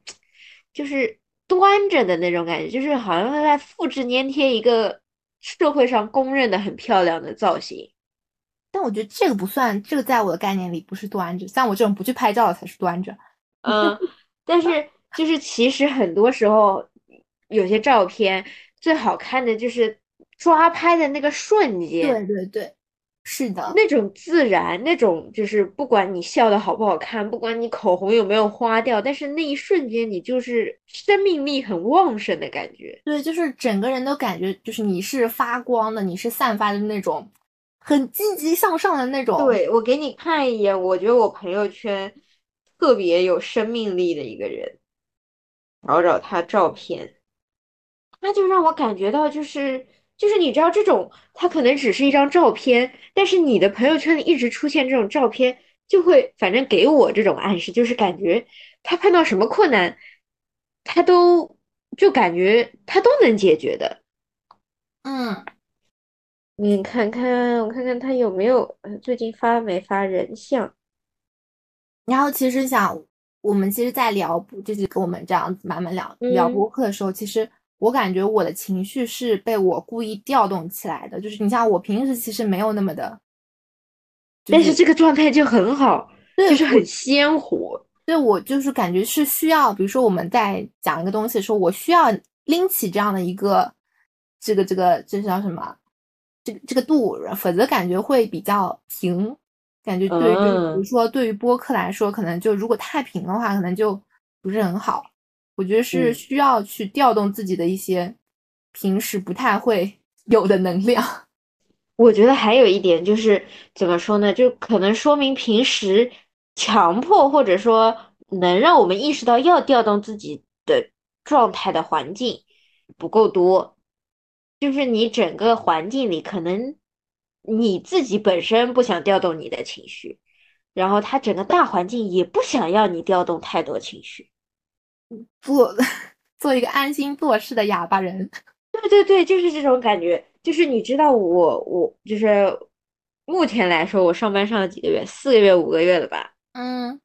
就是端着的那种感觉，就是好像在复制粘贴一个社会上公认的很漂亮的造型。
但我觉得这个不算，这个在我的概念里不是端着，像我这种不去拍照的才是端着。
嗯，但是就是其实很多时候有些照片最好看的就是抓拍的那个瞬间，
对对对，是的，
那种自然，那种就是不管你笑的好不好看，不管你口红有没有花掉，但是那一瞬间你就是生命力很旺盛的感觉。
对，就是整个人都感觉就是你是发光的，你是散发的那种很积极向上的那种。
对，我给你看一眼，我觉得我朋友圈特别有生命力的一个人，找找他照片，他就让我感觉到就是就是你知道这种，他可能只是一张照片，但是你的朋友圈里一直出现这种照片，就会反正给我这种暗示，就是感觉他碰到什么困难，他都就感觉他都能解决的。
嗯，
你看看，我看看他有没有呃最近发没发人像。
然后其实想，我们其实，在聊就是跟我们这样子慢慢聊、聊
嗯
播客的时候，其实我感觉我的情绪是被我故意调动起来的。就是你像我平时其实没有那么的，就
但是这个状态就很好，
对
就是很鲜活。
对我就是感觉是需要，比如说我们在讲一个东西的时候，我需要拎起这样的一个这个这个这叫什么？这个这个度，否则感觉会比较平。感觉对于、比如
嗯
说对于播客来说，可能就如果太平的话，可能就不是很好。我觉得是
嗯
需要去调动自己的一些平时不太会有的能量。
我觉得还有一点就是怎么说呢，就可能说明平时强迫或者说能让我们意识到要调动自己的状态的环境不够多，就是你整个环境里可能你自己本身不想调动你的情绪，然后它整个大环境也不想要你调动太多情绪。
做做一个安心做事的哑巴人。
对对对，就是这种感觉。就是你知道我，我就是目前来说，我上班上了几个月，四个月、五个月了吧。
嗯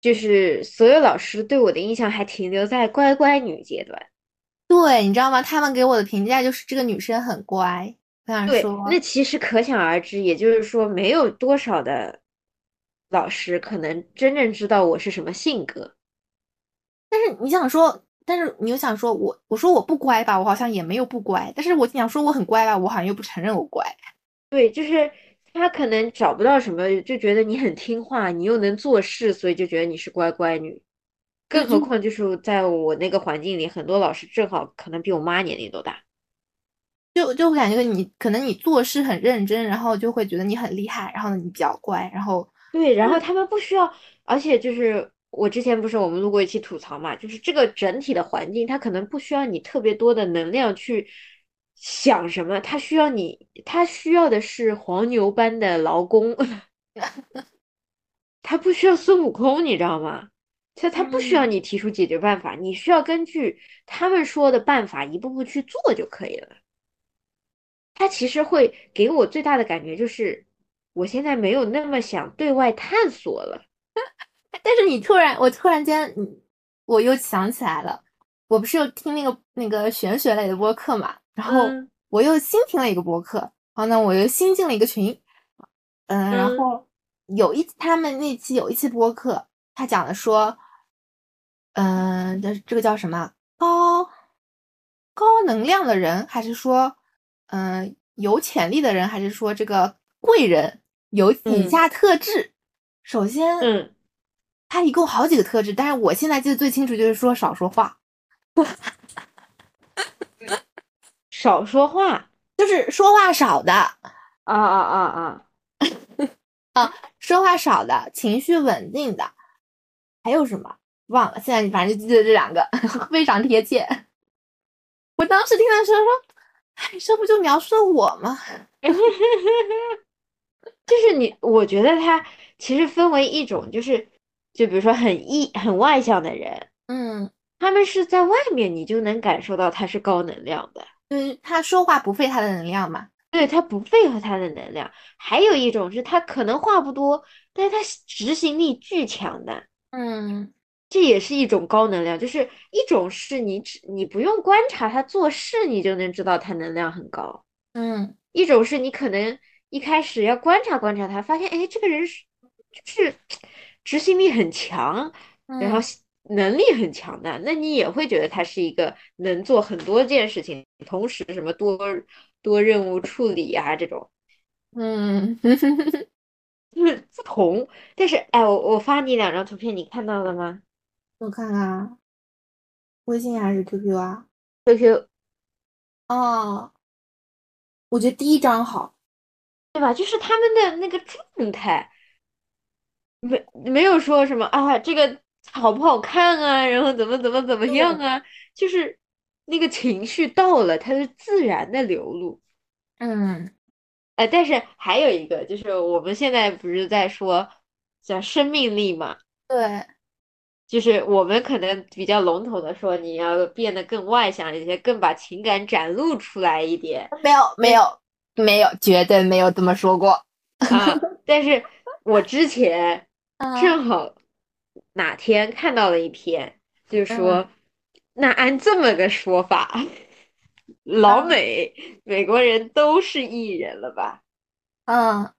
就是所有老师对我的印象还停留在乖乖女阶段。
对，你知道吗？他们给我的评价就是这个女生很乖。我想
对，
说，
那其实可想而知，也就是说，没有多少的老师可能真正知道我是什么性格。
但是你想说，但是你又想说我，我说我不乖吧，我好像也没有不乖。但是我想说我很乖吧，我好像又不承认我乖。
对，就是他可能找不到什么，就觉得你很听话，你又能做事，所以就觉得你是乖乖女。更何
嗯
况就是在我那个环境里，很多老师正好可能比我妈年龄都大。
就就会感觉你可能你做事很认真，然后就会觉得你很厉害，然后呢你比较乖，然后
对，然后他们不需要，而且就是我之前不是我们录过一期吐槽嘛，就是这个整体的环境，它可能不需要你特别多的能量去想什么，它需要你，它需要的是黄牛般的劳工， 它不需要孙悟空，你知道吗？它它不需要你提出解决办法，你需要根据他们说的办法一步步去做就可以了。它其实会给我最大的感觉就是，我现在没有那么想对外探索了。
但是你突然，我突然间，嗯我又想起来了，我不是又听那个那个玄学类的播客嘛，然后
嗯
我又新听了一个播客，然后呢，我又新进了一个群，嗯，然
嗯
后有一他们那期有一期播客，他讲的说，嗯，这这个叫什么啊高高能量的人，还是说，嗯，有潜力的人，还是说这个贵人有以
嗯
下特质？首先，
嗯，
它一共好几个特质，但是我现在记得最清楚就是说少说话，
少说话。
就是说话少的，
啊啊啊啊！
说话少的，情绪稳定的，还有什么忘了？现在反正就记得这两个， 非常贴切。 我当时听的时候说，哎，这不就描述了我吗？
就是你，我觉得他其实分为一种，就是就比如说很意很外向的人，
嗯，
他们是在外面你就能感受到他是高能量的，
就是他说话不费他的能量嘛。
对，他不配合他的能量。还有一种是他可能话不多，但是他执行力巨强的。
嗯，
这也是一种高能量，就是一种是你只你不用观察他做事，你就能知道他能量很高；
嗯，
一种是你可能一开始要观察观察他，发现哎，这个人是就是执行力很强，然
嗯
后能力很强的，那你也会觉得他是一个能做很多件事情，同时什么多多任务处理啊这种，
嗯，
就是不同。但是哎，我我发你两张图片，你看到了吗
我看看啊，微信还是 QQ 啊？
？QQ
哦，我觉得第一张好，
对吧？就是他们的那个状态，没没有说什么啊，这个好不好看啊，然后怎么怎么怎么样啊，就是那个情绪到了，它就自然的流露。
嗯
呃，但是还有一个就是我们现在不是在说叫生命力嘛，
对，
就是我们可能比较笼统的说，你要变得更外向一些，更把情感展露出来一点。
没有没有没有，绝对没有这么说过。
啊，但是我之前
嗯
正好哪天看到了一篇，
嗯
就是说，那按这么个说法，老
嗯
美美国人都是艺人了吧？
嗯，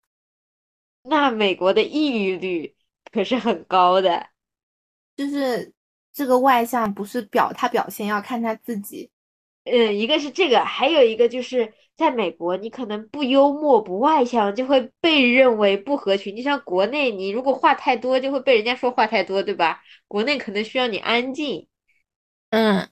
那美国的抑郁率可是很高的。
就是这个外向不是表他表现，要看他自己。
嗯，一个是这个，还有一个就是在美国，你可能不幽默、不外向，就会被认为不合群。就像国内，你如果话太多，就会被人家说话太多，对吧？国内可能需要你安静。
嗯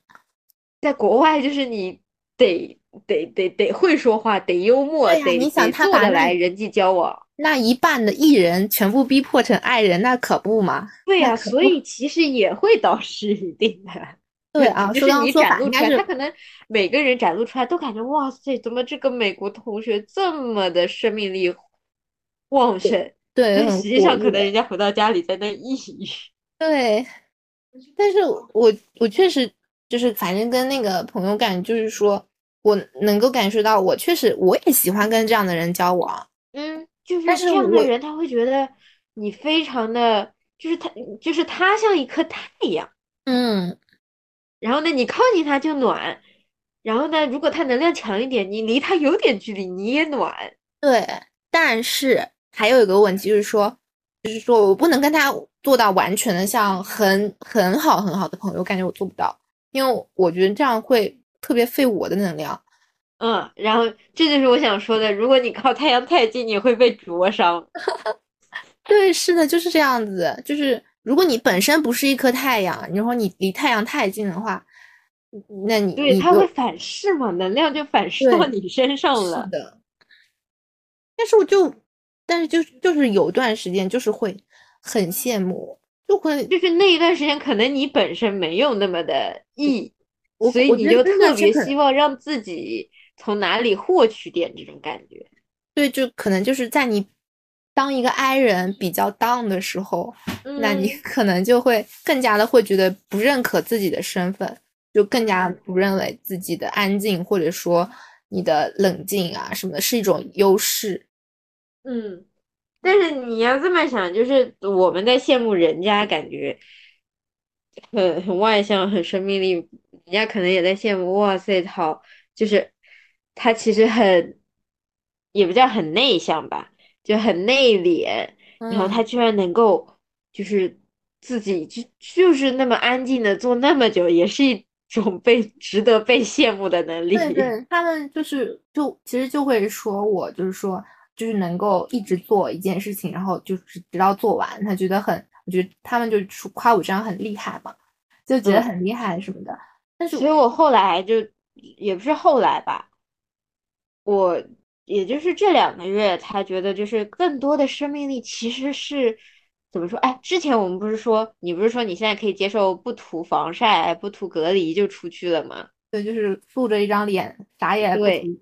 在国外就是你得得得得会说话，得幽默，
对呀
得
你想
得
他
做
把
得
那
来人际交往。
那一半的艺人全部逼迫成爱人，那可不嘛？
对
那
呀、
可
所以其实也会导致一定的。
对 啊，
就是
说当
你
说
展
法
露
应
出来，
该
他
是
可能每个人展露出来都感觉哇塞，怎么这个美国同学这么的生命力旺盛？
对，嗯
但
很
实际上可
活
能
跃
人家回到家里在那抑郁。
对，但是我我确实就是，反正跟那个朋友感，就是说我能够感受到，我确实我也喜欢跟这样的人交往。
嗯，就是
但是
这样
我
的人，他会觉得你非常的，就是他，就是他像一颗太阳。
嗯，
然后呢，你靠近它就暖，然后呢，如果它能量强一点，你离它有点距离，你也暖。
对。但是还有一个问题就是说，就是说我不能跟他做到完全的像很很好很好的朋友，感觉我做不到，因为我觉得这样会特别费我的能量。
嗯，然后这就是我想说的，如果你靠太阳太近，你会被灼伤。
对，是的，就是这样子。就是如果你本身不是一颗太阳，然后你离太阳太近的话，那你
对，
你
它
就
会反噬嘛，能量就反噬到
嗯对
你身上
是
了。
的，但是我就，但是就是就是有段时间就是会很羡慕，就会
就是那一段时间，可能你本身没有那么的意，
嗯我
所以
我
你
觉
就
得真
特
的是
别
可
希望让自己从哪里获取点这种感觉。
对，就可能就是在你当一个 i 人比较 down 的时候，那你
嗯
可能就会更加的会觉得不认可自己的身份，就更加不认为自己的安静或者说你的冷静啊什么的是一种优势。
嗯，但是你要这么想，就是我们在羡慕人家，感觉很很外向、很生命力，人家可能也在羡慕。哇塞，好，就是他其实很，也不叫很内向吧，就很内敛，然
嗯
后他居然能够就是自己就就是那么安静的做那么久，也是一种被 值得被羡慕的能力。
对对，他们就是就其实就会说我就是说就是能够一直做一件事情，然后就是直到做完，他觉得很，我觉得他们就说夸我这样很厉害嘛，就觉得
嗯
很厉害什么的。但是
所以我后来就也不是后来吧，我也就是这两个月才觉得，就是更多的生命力其实是怎么说？哎，之前我们不是说你不是说你现在可以接受不涂防晒、哎不涂隔离就出去了吗？
对，就是素着一张脸，啥也不
对
提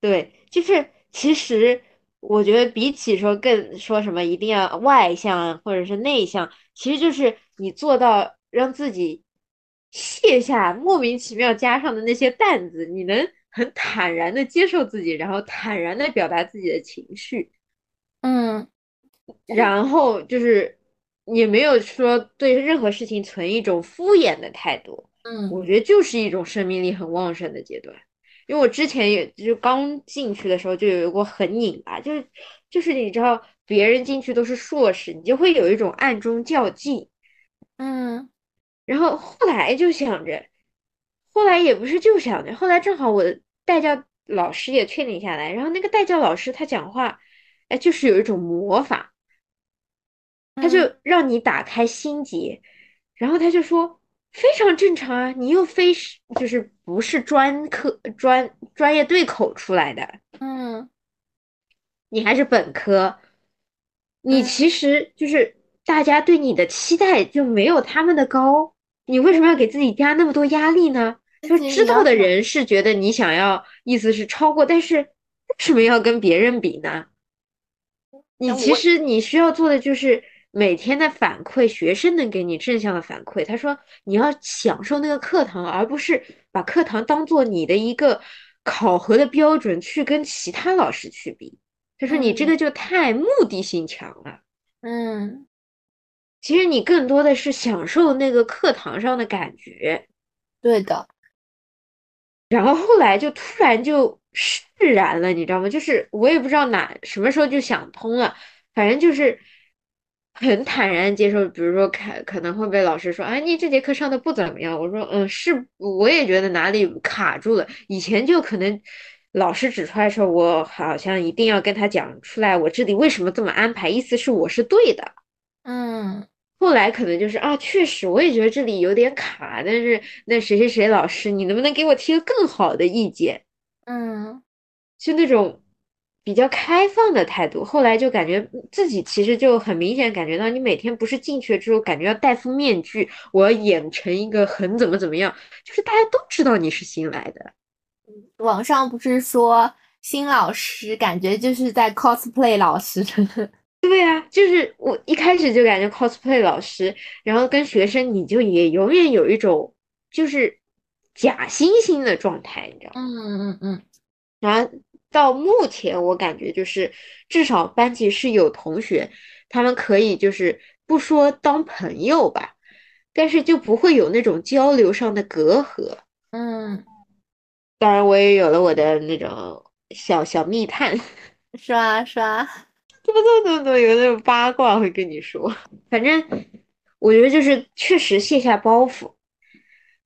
对，就是其实我觉得比起说更说什么一定要外向或者是内向，其实就是你做到让自己卸下莫名其妙加上的那些担子，你能很坦然的接受自己，然后坦然的表达自己的情绪，
嗯，
然后就是也没有说对任何事情存一种敷衍的态度，
嗯
我觉得就是一种生命力很旺盛的阶段。因为我之前也就刚进去的时候就有过很拧巴，就是就是你知道别人进去都是硕士，你就会有一种暗中较劲。
嗯，
然后后来就想着，后来也不是就想着，后来正好我的代教老师也确定下来，然后那个代教老师他讲话，哎，就是有一种魔法，他就让你打开心结，然后他就说非常正常啊，你又非是就是不是专科专专业对口出来的，
嗯
你还是本科，你
嗯
其实就是大家对你的期待就没有他们的高，你为什么要给自己加那么多压力呢？就
而
是
且
知
你要
道的
想
人是觉得你想要，意思是超过，但是为什么要跟别人比呢？你
那
其
我
实你需要做的就是每天的反馈，学生能给你正向的反馈。他说你要享受那个课堂，而不是把课堂当做你的一个考核的标准去跟其他老师去比。他说你这
嗯
个就太目的性强了。
嗯
其实你更多的是享受那个课堂上的感觉。
对的，
然后后来就突然就释然了，你知道吗？就是我也不知道哪什么时候就想通了，反正就是很坦然接受。比如说看，可能会被老师说：“哎，你这节课上的不怎么样。”我说：“嗯，是，我也觉得哪里卡住了。以前就可能老师指出来的时候，我好像一定要跟他讲出来，我这里为什么这么安排，意思是我是对的。”
嗯
后来可能就是啊，确实我也觉得这里有点卡，但是那谁谁谁老师，你能不能给我提个更好的意见？
嗯
就那种比较开放的态度。后来就感觉自己其实就很明显感觉到，你每天不是进去之后感觉要戴副面具，我要演成一个很怎么怎么样，就是大家都知道你是新来的。
网上不是说新老师感觉就是在 cosplay 老师，
对啊，就是我一开始就感觉 cosplay 老师，然后跟学生你就也永远有一种就是假惺惺的状态，你知道吗？
嗯嗯嗯
然后到目前，我感觉就是至少班级是有同学，他们可以就是不说当朋友吧，但是就不会有那种交流上的隔阂。
嗯，
当然，我也有了我的那种小小密探，
是吧是吧？
怎么怎么怎么有那种八卦会跟你说。反正我觉得就是确实卸下包袱，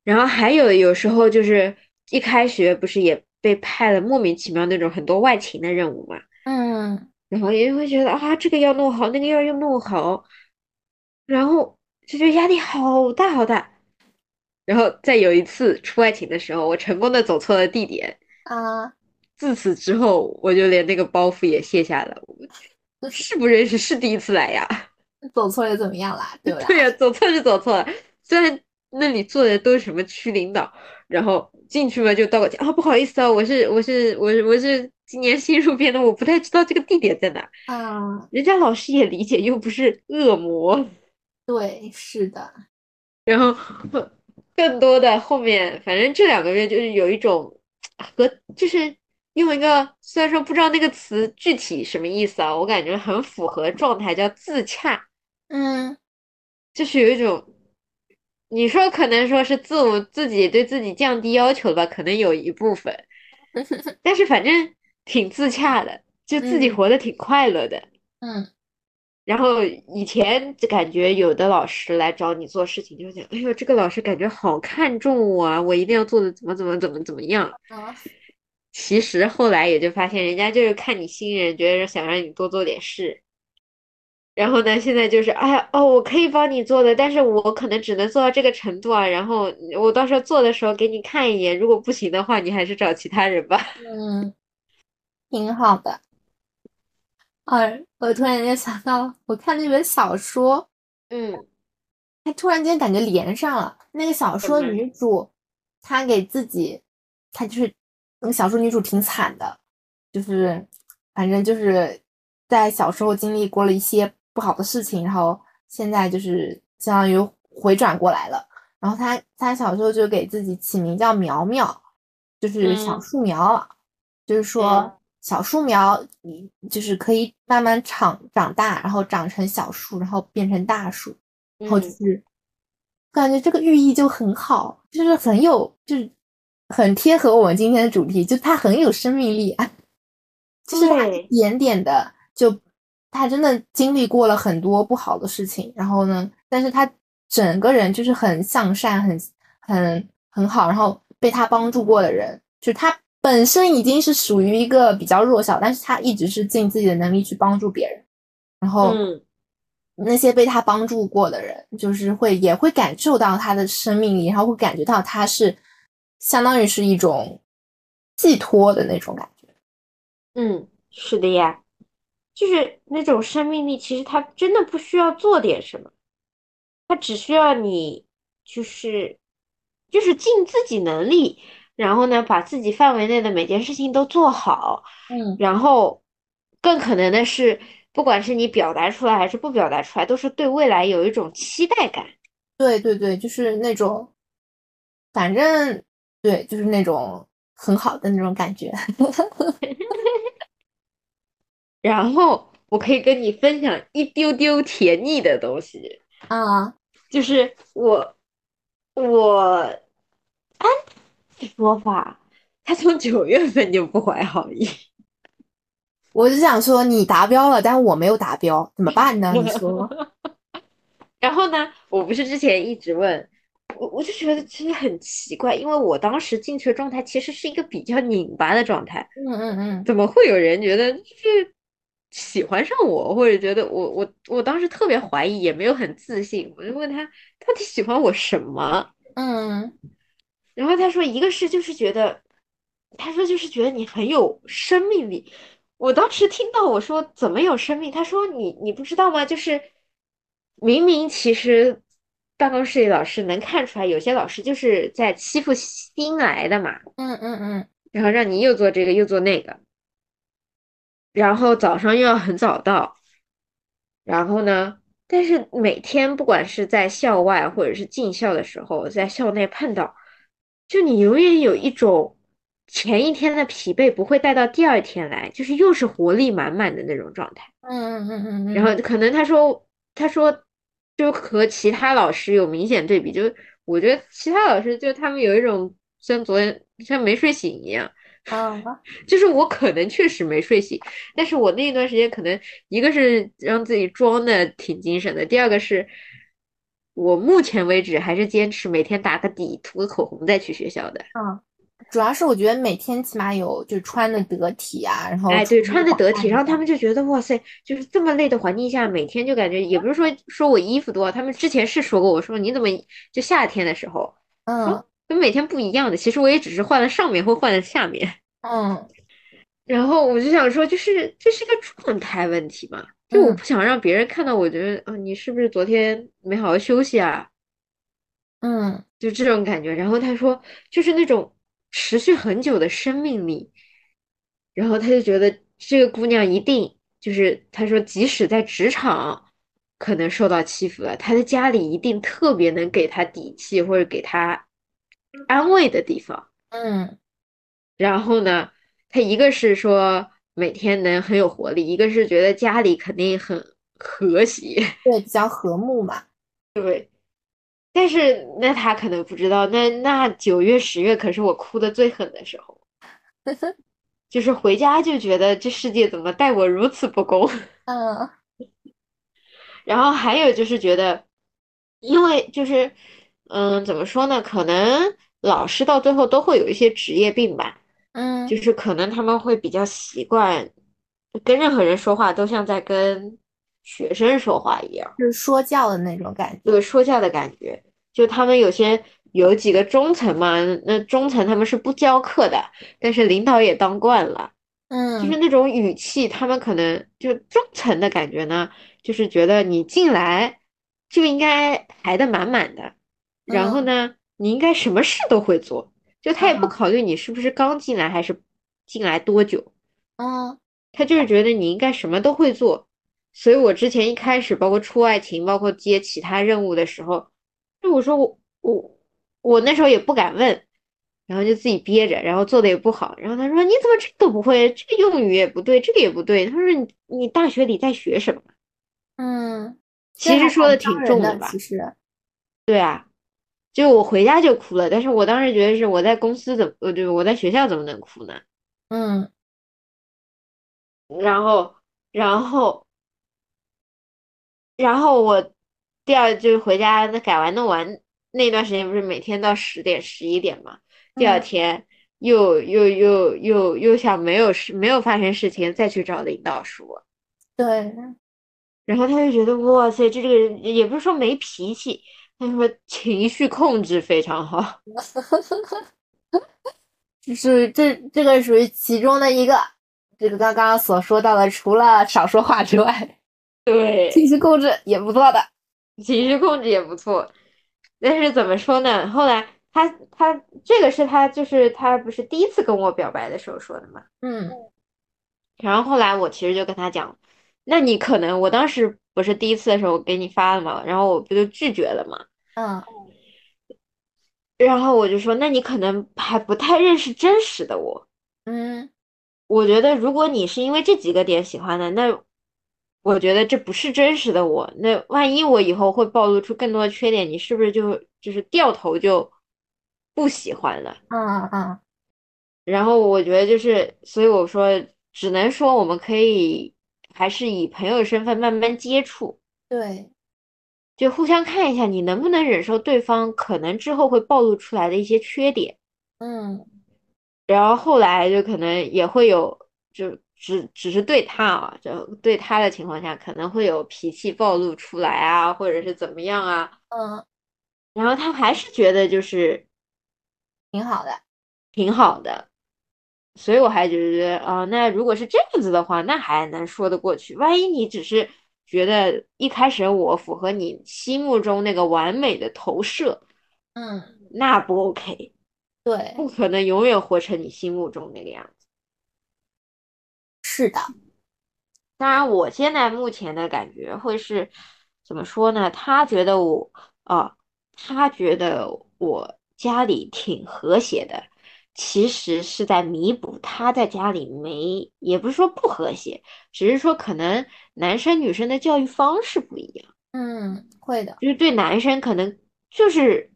然后还有有时候就是一开学不是也被派了莫名其妙那种很多外勤的任务嘛。
嗯
然后也会觉得啊，这个要弄好，那个要要弄好，然后就觉得压力好大好大。然后在有一次出外勤的时候，我成功的走错了地点，
啊，
自此之后我就连那个包袱也卸下了。我是不认识，是第一次来呀。
走错了又怎么样啦？对不啊
对
啦？
呀、走错就走错了。虽然那里坐的都是什么区领导，然后进去嘛就道个歉啊，不好意思啊，我是我是我是我是今年新入编的，我不太知道这个地点在哪。
啊，
人家老师也理解，又不是恶魔。
对，是的，
然后 呃更多的后面，反正这两个月就是有一种啊和就是用一个虽然说不知道那个词具体什么意思啊，我感觉很符合状态，叫自洽，
嗯
就是有一种。你说可能说是自我自己对自己降低要求吧，可能有一部分，但是反正挺自洽的，就自己
嗯
活得挺快乐的。
嗯
然后以前就感觉有的老师来找你做事情，就想，哎呦，这个老师感觉好看重我啊，我一定要做的怎么怎么怎么怎么样。
啊，
其实后来也就发现，人家就是看你新人，觉得想让你多做点事。然后呢，现在就是，哎呀，哦，我可以帮你做的，但是我可能只能做到这个程度啊。然后我到时候做的时候给你看一眼，如果不行的话，你还是找其他人吧。
嗯，挺好的。啊，我突然间想到，我看那本小说。
嗯
他突然间感觉连上了。那个小说
嗯
女主，她给自己，她就是那个小说女主挺惨的，就是反正就是在小时候经历过了一些不好的事情，然后现在就是相当于回转过来了。然后她她小时候就给自己起名叫苗苗，就是小
嗯
树苗了，就是说
嗯
小树苗你就是可以慢慢长长大，然后长成小树，然后变成大树。然后就
嗯
是感觉这个寓意就很好，就是很有就是很贴合我们今天的主题，就它很有生命力啊，就是它
对
一点点的，就他真的经历过了很多不好的事情，然后呢，但是他整个人就是很向善，很很很好，然后被他帮助过的人，就是他本身已经是属于一个比较弱小，但是他一直是尽自己的能力去帮助别人，然后。
嗯，
那些被他帮助过的人，就是会也会感受到他的生命力，然后会感觉到他是相当于是一种寄托的那种感觉。
嗯，是的呀，就是那种生命力，其实它真的不需要做点什么，它只需要你就是就是尽自己能力，然后呢，把自己范围内的每件事情都做好，
嗯，
然后更可能的是，不管是你表达出来还是不表达出来，都是对未来有一种期待感。
对对对，就是那种，反正对，就是那种很好的那种感觉。
然后我可以跟你分享一丢丢甜腻的东西，
啊，
就是我我安这说法，他从九月份就不怀好意。
我就想说你达标了，但我没有达标，怎么办呢？你说，
然后呢，我不是之前一直问，我我就觉得其实很奇怪，因为我当时进去的状态其实是一个比较拧巴的状态。
嗯嗯嗯，
怎么会有人觉得就是喜欢上我，或者觉得我我我当时特别怀疑，也没有很自信，我就问他到底喜欢我什么，
嗯，
然后他说一个是就是觉得，他说就是觉得你很有生命力，我当时听到我说怎么有生命，他说你你不知道吗？就是明明其实。办公室里老师能看出来，有些老师就是在欺负新来的嘛，
嗯嗯嗯，
然后让你又做这个又做那个，然后早上又要很早到，然后呢，但是每天不管是在校外或者是进校的时候，在校内碰到，就你永远有一种前一天的疲惫不会带到第二天来，就是又是活力满满的那种状态。
嗯嗯嗯嗯嗯，
然后可能他说，他说就和其他老师有明显对比，就我觉得其他老师就他们有一种像昨天像没睡醒一样。
啊，
就是我可能确实没睡醒，但是我那一段时间可能一个是让自己装的挺精神的，第二个是我目前为止还是坚持每天打个底，涂个口红再去学校的。
嗯，主要是我觉得每天起码有就穿的得体啊，然后
哎，对，穿的得体，然后他
们
们就觉得哇塞，就是这么累的环境下，每天就感觉也不是说说我衣服多，他们之前是说过我说你怎么就夏天的时候
嗯
就每天不一样的，其实我也只是换了上面或换了下面。
嗯
然后我就想说，就是这是一个状态问题嘛，就我
嗯
不想让别人看到，我觉得啊，你是不是昨天没好好休息啊？
嗯
就这种感觉。然后他说，就是那种持续很久的生命力。然后他就觉得这个姑娘一定就是，他说即使在职场可能受到欺负了，她的家里一定特别能给她底气或者给她安慰的地方。
嗯
然后呢，他一个是说每天能很有活力，一个是觉得家里肯定很和谐。
对，比较和睦嘛。
但是那他可能不知道，那那九月十月可是我哭的最狠的时候，就是回家就觉得这世界怎么待我如此不公。
嗯
然后还有就是觉得，因为就是，嗯，怎么说呢？可能老师到最后都会有一些职业病吧。
嗯
就是可能他们会比较习惯跟任何人说话都像在跟学生说话一样，
就是说教的那种感觉。
这个说教的感觉。就他们有些有几个中层嘛，那中层他们是不教课的，但是领导也当惯了，就
嗯
是那种语气，他们可能就中层的感觉呢，就是觉得你进来就应该排得满满的，然后呢，你应该什么事都会做，就他也不
嗯
考虑你是不是刚进来还是进来多久。
嗯
他就是觉得你应该什么都会做，所以我之前一开始，包括出外勤，包括接其他任务的时候，那我说我我我那时候也不敢问，然后就自己憋着，然后做的也不好，然后他说你怎么这个都不会，这个用语也不对，这个也不对，他说你你大学里在学什么？
嗯，
其实说
的
的挺重
的
吧
其，实
对啊，就我回家就哭了，但是我当时觉得是我在公司怎么，呃，对，我在学校怎么能哭呢？
嗯
然后，然后，然后我第二就回家改完弄完那段时间，不是每天到十点十一点嘛？第二
嗯
天又又又又又想没有事没有发生事情再去找领导说，
对，
然后他就觉得哇塞，这个人也不是说没脾气，他说情绪控制非常好。
就是这这个属于其中的一个，这个刚刚所说到的，除了少说话之外，
对，
情绪控制也不错的。
情绪控制也不错，但是怎么说呢？后来他他这个是他就是他不是第一次跟我表白的时候说的嘛。
嗯
然后后来我其实就跟他讲，那你可能我当时不是第一次的时候我给你发了嘛，然后我不就拒绝了嘛。
嗯
然后我就说，那你可能还不太认识真实的我。
嗯
我觉得如果你是因为这几个点喜欢的，那我觉得这不是真实的我。那万一我以后会暴露出更多的缺点，你是不是就就是掉头就不喜欢了？
嗯嗯
然后我觉得就是，所以我说，只能说我们可以还是以朋友身份慢慢接触，
对，
就互相看一下你能不能忍受对方可能之后会暴露出来的一些缺点。
嗯
然后后来就可能也会有，就只只是对他啊，就对他的情况下，可能会有脾气暴露出来啊，或者是怎么样啊。
嗯，
然后他还是觉得就是
挺好的。
挺好的，所以我还觉得啊、那如果是这样子的话，那还能说得过去。万一你只是觉得一开始我符合你心目中那个完美的投射，
嗯，
那不 OK，
对，
不可能永远活成你心目中那个样子。
是的，
当然，我现在目前的感觉会是怎么说呢？他觉得我啊，他觉得我家里挺和谐的，其实是在弥补他在家里没，也不是说不和谐，只是说可能男生女生的教育方式不一样，
嗯，会的，
就是对男生可能就是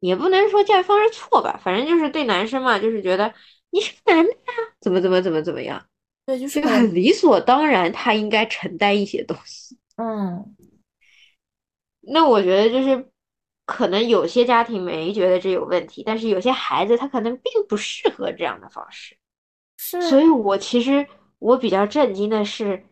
也不能说教育方式错吧，反正就是对男生嘛，就是觉得你是个男的呀，怎么怎么怎么怎么样。
对，就是
这个很理所当然，他应该承担一些东西。
嗯，
那我觉得就是，可能有些家庭没觉得这有问题，但是有些孩子他可能并不适合这样的方式。
是，
所以我其实我比较震惊的是，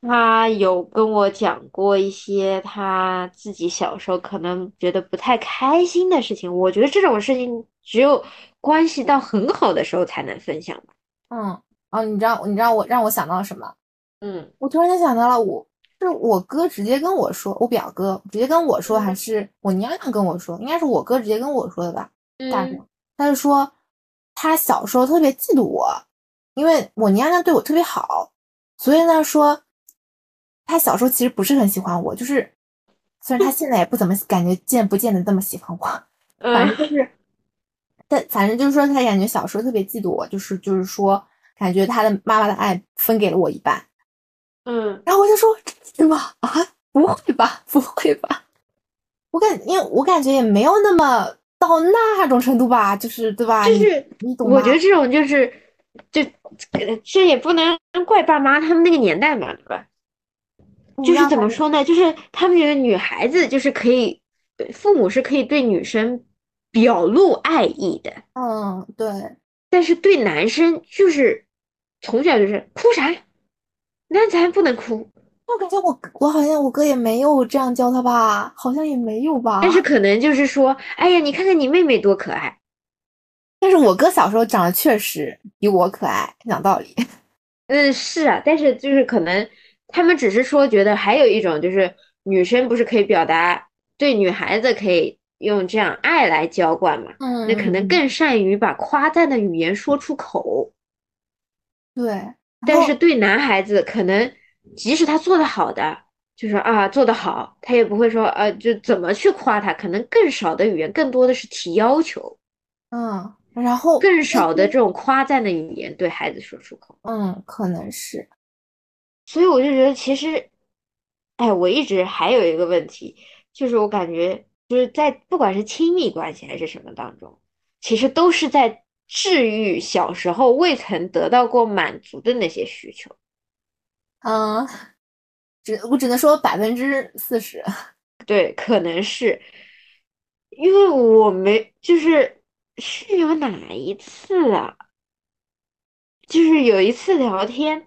他有跟我讲过一些他自己小时候可能觉得不太开心的事情。我觉得这种事情只有关系到很好的时候才能分享吧。
嗯，哦，你知道，你知道我让我想到了什么？
嗯
我突然间想到了我，是我哥直接跟我说，我表哥直接跟我说，还是我娘娘跟我说？应该是我哥直接跟我说的吧，大
嗯
哥。他就说他小时候特别嫉妒我，因为我娘娘对我特别好，所以呢说他小时候其实不是很喜欢我，就是虽然他现在也不怎么感觉见不见得那么喜欢我，反
嗯
正就是，但反正就是说，他感觉小时候特别嫉妒我，就是就是说，感觉他的妈妈的爱分给了我一半。
嗯，
然后我就说，真的吗？啊，不会吧，不会吧？我感，因为我感觉也没有那么到那种程度吧，就是对吧？
就
你
是。
你懂吧？
我觉得这种就是，就呃这也不能怪爸妈，他们那个年代嘛，对吧？
你
就是
让
怎
他
么说呢？就是他们觉得女孩子就是可以，对父母是可以对女生表露爱意的，
嗯，对，
但是对男生就是从小就是哭啥，那咱不能哭。
我感觉我我好像我哥也没有这样教他吧，好像也没有吧。
但是可能就是说，哎呀，你看看你妹妹多可爱。
但是我哥小时候长得确实比我可爱，讲道理。
嗯，是啊，但是就是可能他们只是说觉得还有一种就是女生不是可以表达对女孩子可以用这样爱来浇灌嘛，
嗯，
那可能
嗯
更善于把夸赞的语言说出口，
对，然
但
后
是对男孩子可能即使他做的好的，就说啊做得好，他也不会说呃就怎么去夸他，可能更少的语言，更多的是提要求，
嗯，然后
更少的这种夸赞的语言对孩子说出口。
嗯，可能是
所以我就觉得，其实，哎，我一直还有一个问题，就是我感觉，就就是在不管是亲密关系还是什么当中，其实都是在治愈小时候未曾得到过满足的那些需求。
嗯，只我只能说百分之四十。
对，可能是因为我没，就是是有哪一次啊？就是有一次聊天，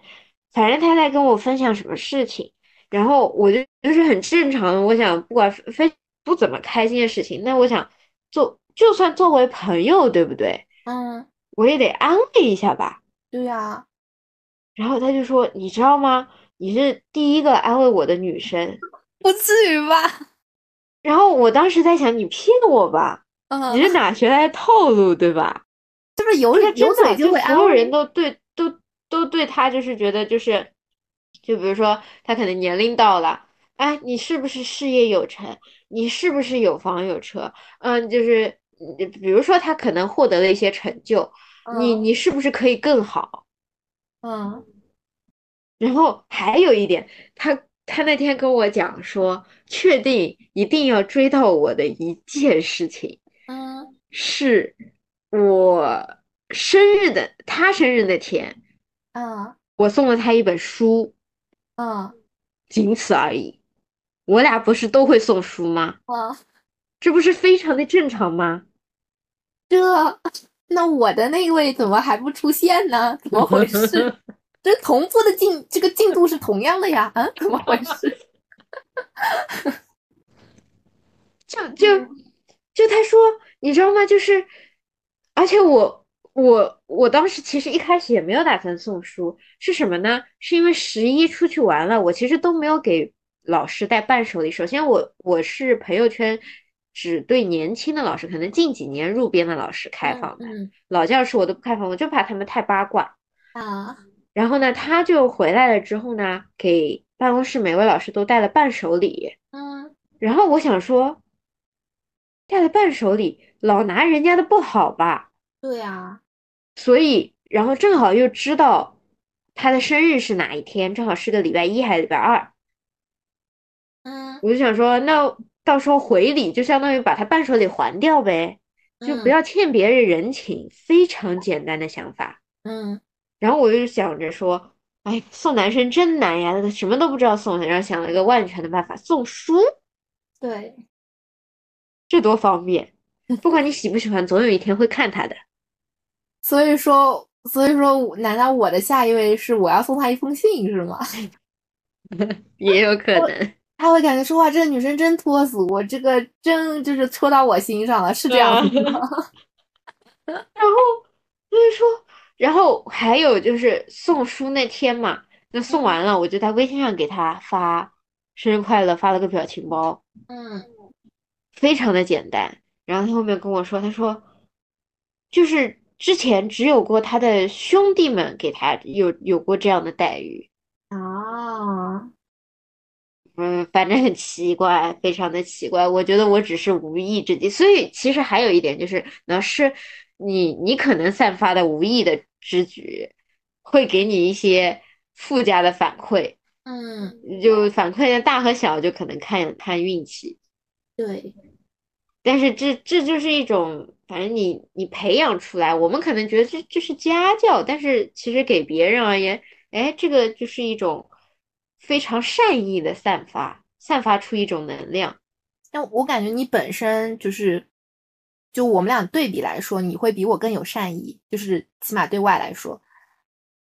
反正他在跟我分享什么事情，然后我就就是很正常的，我想不管非不怎么开心的事情，那我想做，就算作为朋友，对不对？
嗯，
我也得安慰一下吧。
对呀、
然后他就说：“你知道吗？你是第一个安慰我的女生。
不至于吧？”
然后我当时在想，你骗我吧？
嗯，
你是哪学来的套路，对吧？
就是有
不是
有
真的，
嘴
就
会
所
安
有
慰
人都对都都对他就是觉得就是，就比如说他可能年龄到了，哎，你是不是事业有成？你是不是有房有车？嗯，就是嗯比如说他可能获得了一些成就，你
嗯
你是不是可以更好？
嗯
然后还有一点，他他那天跟我讲说，确定一定要追到我的一件事情。
嗯
是我生日的，他生日那天，
嗯
我送了他一本书，
嗯
仅此而已。我俩不是都会送书吗？
嗯，
这不是非常的正常吗？
这那我的那位怎么还不出现呢？怎么回 事？这同步的进这个进度是同样的呀？嗯，怎么回事？
就就
嗯
就他说，你知道吗？就是，而且我我我当时其实一开始也没有打算送书，是什么呢？是因为十一出去玩了，我其实都没有给老师带伴手礼。首先我我是朋友圈只对年轻的老师，可能近几年入编的老师开放的，
嗯
老教师我都不开放，我就怕他们太八卦。
嗯啊
然后呢，他就回来了之后呢，给办公室每位老师都带了伴手礼。
嗯
然后我想说，带了伴手礼，老拿人家的不好吧，
对呀、
所以然后正好又知道他的生日是哪一天，正好是个礼拜一还是礼拜二，
嗯
我就想说，那到时候回礼就相当于把他伴手礼还掉呗，就
嗯
不要欠别人人情，非常简单的想法。
嗯
然后我就想着说，哎，送男生真难呀，什么都不知道送，然后想了一个万全的办法，送书，
对
这多方便，不管你喜不喜欢，总有一天会看他的。
所以说，所以说我，难道我的下一位是我要送他一封信是吗？
也有可
哦
能，
他会感觉说哇，这个女生真脱俗，我这个真就是戳到我心上了，是这
嗯
样子吗？
就是说，然后还有就是送书那天嘛，那送完了，我就在微信上给他发生日快乐，发了个表情包，
嗯
非常的简单。然后他后面跟我说，他说，就是之前只有过他的兄弟们给他有有过这样的待遇，
啊，
嗯，反正很奇怪，非常的奇怪。我觉得我只是无意之举，所以其实还有一点就是，老师，你你可能散发的无意的之举，会给你一些附加的反馈，
嗯，
就反馈的大和小，就可能看看运气。
对，
但是这这就是一种，反正你你培养出来，我们可能觉得这这是家教，但是其实给别人而言，哎，这个就是一种非常善意的散发，散发出一种能量。
但我感觉你本身就是，就我们俩对比来说，你会比我更有善意，就是起码对外来说，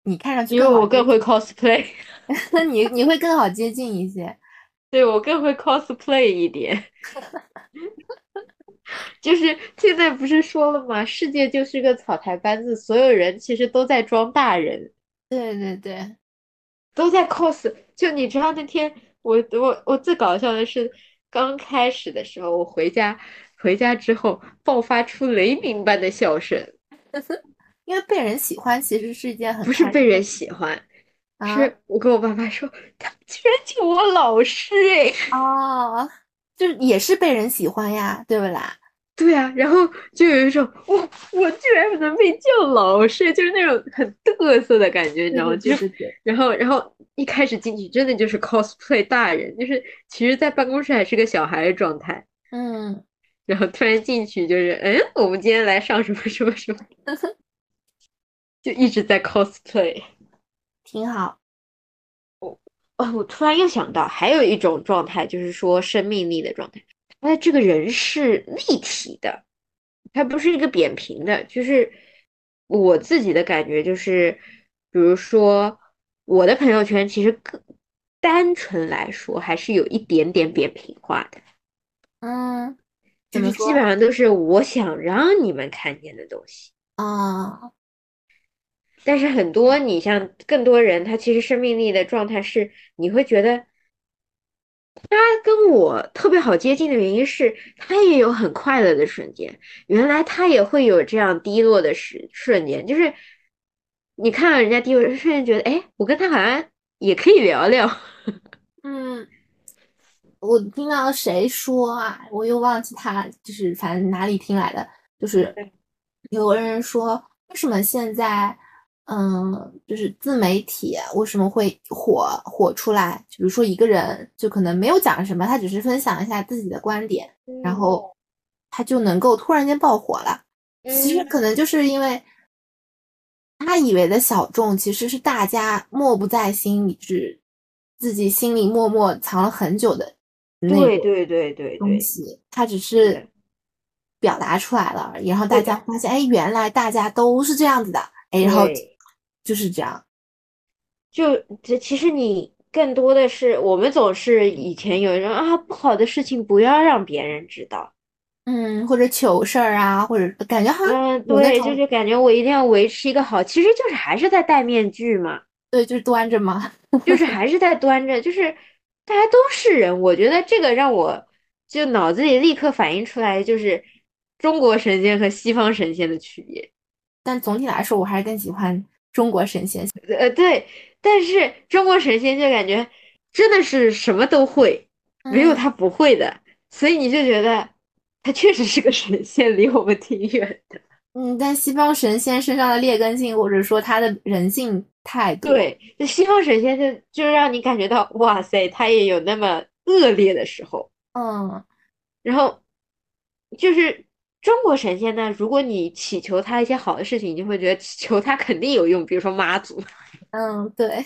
你看上去
因为
好
我更会 cosplay，
接， 你你会更好接近一些。
对我更会 cosplay 一点。就是现在不是说了吗？世界就是个草台班子，所有人其实都在装大人，
对对对，
都在 cos。就你知道那天我我我最搞笑的是，刚开始的时候我回家，回家之后爆发出雷鸣般的笑声，
因为被人喜欢其实是一件很
不是
开
被人喜欢，
啊
是我跟我爸妈说，他们居然叫我老师哎。
哦，就是也是被人喜欢呀，对不啦？
对啊，然后就有一种我我居然能被叫老师，就是那种很嘚瑟的感觉，你知道吗？就
对
是
对对，
然后然后一开始进去真的就是 cosplay 大人，就是其实在办公室还是个小孩的状态，
嗯，
然后突然进去就是，嗯，我们今天来上什么什么什么，就一直在 cosplay。
挺好。
哦，我突然又想到，还有一种状态，就是说生命力的状态。他的这个人是立体的，他不是一个扁平的。就是我自己的感觉，就是比如说我的朋友圈，其实更单纯来说，还是有一点点扁平化的，
嗯，
就
怎么
是
说
基本上都是我想让你们看见的东西。
啊？
但是很多你像更多人，他其实生命力的状态是，你会觉得他跟我特别好接近的原因是，他也有很快乐的瞬间，原来他也会有这样低落的时瞬间，就是你看到人家低落，瞬间觉得，哎，我跟他好像也可以聊聊。
嗯，我听到谁说啊？我又忘记他，就是反正哪里听来的，就是
对
有个人说，为什么现在，嗯，就是自媒体为什么会火火出来？比如说一个人就可能没有讲什么，他只是分享一下自己的观点，然后他就能够突然间爆火了。其
嗯
实可能就是因为他以为的小众，其实是大家默不在心里，是自己心里默默藏了很久的那
对
种
对对对对
东，西，他只是表达出来了而已，然后大
对的
家发现，哎，原来大家都是这样子的，哎，然后
对
就是这样，
就这其实你更多的是，我们总是以前有人说啊，不好的事情不要让别人知道。
嗯，或者糗事儿啊，或者感觉好像
嗯，
有那
对，
种
就是感觉我一定要维持一个好，其实就是还是在戴面具 嘛，
对，就是端着嘛，
就是还是在端着，就是大家都是人，我觉得这个让我就脑子里立刻反映出来，就是中国神仙和西方神仙的区别。
但总体来说，我还是更喜欢中国神仙，
呃，对，但是中国神仙就感觉真的是什么都会，没有
嗯
他不会的，所以你就觉得他确实是个神仙，离我们挺远的。
嗯，但西方神仙身上的劣根性，或者说他的人性太多，，
对，就西方神仙就就让你感觉到，哇塞，他也有那么恶劣的时候。
嗯
然后就是中国神仙呢，如果你祈求他一些好的事情，你就会觉得祈求他肯定有用，比如说妈祖。
嗯，对，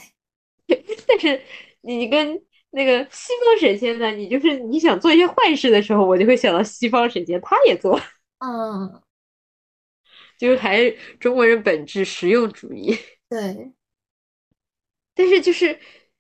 但是你跟那个西方神仙呢，你就是你想做一些坏事的时候，我就会想到西方神仙，他也做，
嗯
就是还是中国人本质实用主义。
对，
但是就是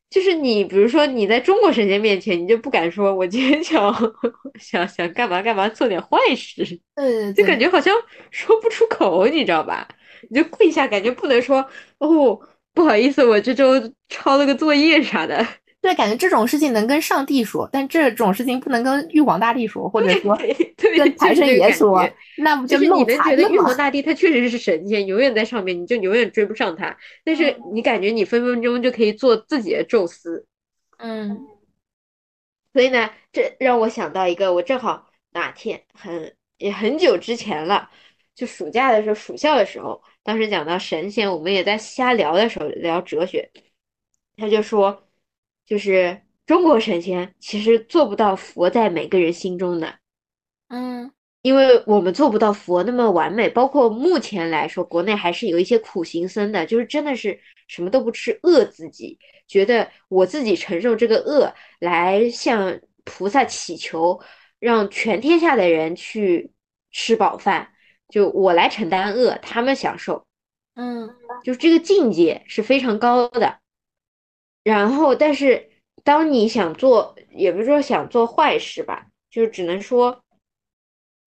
就是你，比如说你在中国神仙面前，你就不敢说我今天想 想想干嘛干嘛，做点坏事，
对对
就
对，
感觉好像说不出口，你知道吧？你就跪下，感觉不能说哦，不好意思，我这周抄了个作业啥的。
对，感觉这种事情能跟上帝说，但这种事情不能跟玉皇大帝说，或者说
对 对，
哦跟
就是
财神
这个
爷
感
说
觉，
那不
就
就是
你
漏
能
财
觉得
了
玉皇
吗？
大帝他确实是神仙，永远在上面，你就永远追不上他。但是你感觉你分分钟就可以做自己的宙斯。
嗯
所以呢，这让我想到一个，我正好哪天很也很久之前了，就暑假的时候，暑校的时候，当时讲到神仙，我们也在瞎聊的时候聊哲学，他就说，就是中国神仙其实做不到佛在每个人心中的，
嗯
因为我们做不到佛那么完美，包括目前来说，国内还是有一些苦行僧的，就是真的是什么都不吃，饿自己，觉得我自己承受这个饿，来向菩萨祈求，让全天下的人去吃饱饭，就我来承担饿，他们享受。
嗯
就是这个境界是非常高的。然后，但是当你想做，也不是说想做坏事吧，就是只能说，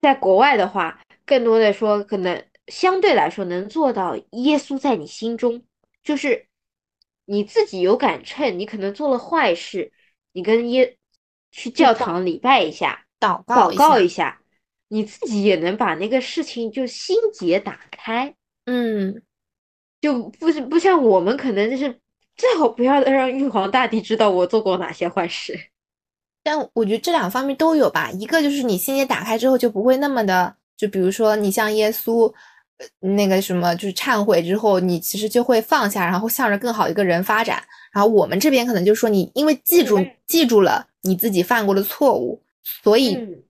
在国外的话，更多的说可能相对来说能做到耶稣在你心中，就是你自己有杆秤，你可能做了坏事，你跟耶去教堂礼拜一下，
祷告
祷
一
告
下，
一下，你自己也能把那个事情就心结打开。
嗯
就不是不像我们可能就是最好不要让玉皇大帝知道我做过哪些坏事。
但我觉得这两方面都有吧，一个就是你心结打开之后就不会那么的，就比如说你像耶稣，呃那个什么就是忏悔之后，你其实就会放下，然后向着更好一个人发展。然后我们这边可能就说你因为记住
嗯
记住了你自己犯过的错误，所以
嗯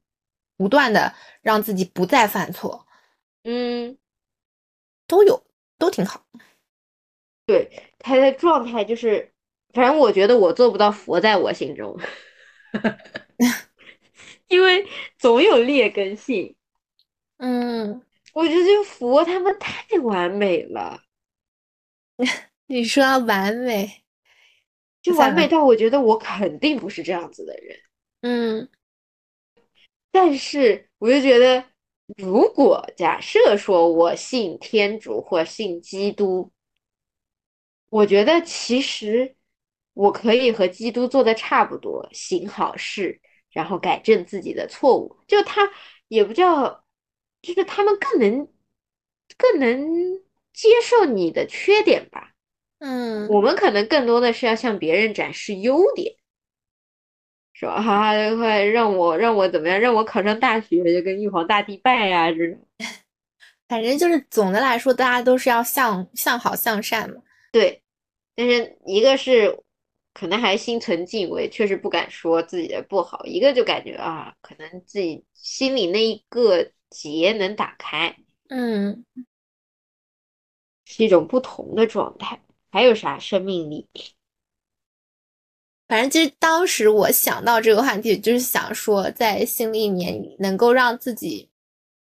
不断的让自己不再犯错，
嗯，
都有，都挺好。
对，他的状态就是，反正我觉得我做不到佛在我心中，因为总有劣根性。
嗯，
我觉得这佛他们太完美了，
你说到完美，
就
在
完美
吗
到我觉得我肯定不是这样子的人。
嗯
但是我就觉得，如果假设说我信天主或信基督，我觉得其实我可以和基督做的差不多，行好事，然后改正自己的错误。就他也不叫，就是他们更能更能接受你的缺点吧。
嗯，
我们可能更多的是要向别人展示优点，说啊，会让我让我怎么样，让我考上大学，就跟玉皇大帝拜呀、这种。
反正就是总的来说，大家都是要向向好向善嘛。
对，但是一个是可能还心存敬畏，确实不敢说自己的不好；一个就感觉啊，可能自己心里那一个结能打开，
嗯，
是一种不同的状态。还有啥生命力？
反正其实当时我想到这个话题，就是想说，在新的一年里能够让自己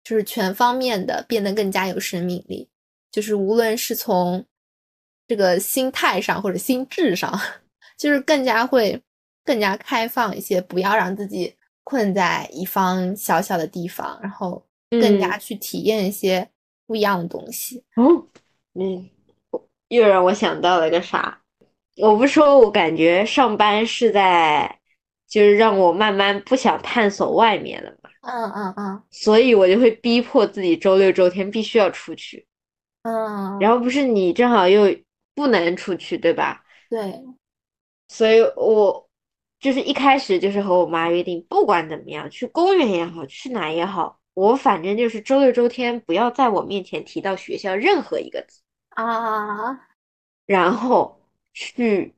就是全方面的变得更加有生命力，就是无论是从这个心态上或者心智上， 就是更加会更加开放一些，不要让自己困在一方小小的地方，然后更加去体验一些不一样的东西。
哦，嗯，又让我想到了个啥？我不说，我感觉上班是在，就是让我慢慢不想探索外面了嘛，
嗯嗯嗯
所以我就会逼迫自己周六周天必须要出去。
嗯，
然后不是你正好又不能出去，对吧？
对，
所以我就是一开始就是和我妈约定，不管怎么样，去公园也好，去哪也好，我反正就是周六周天不要在我面前提到学校任何一个字。
啊，
然后去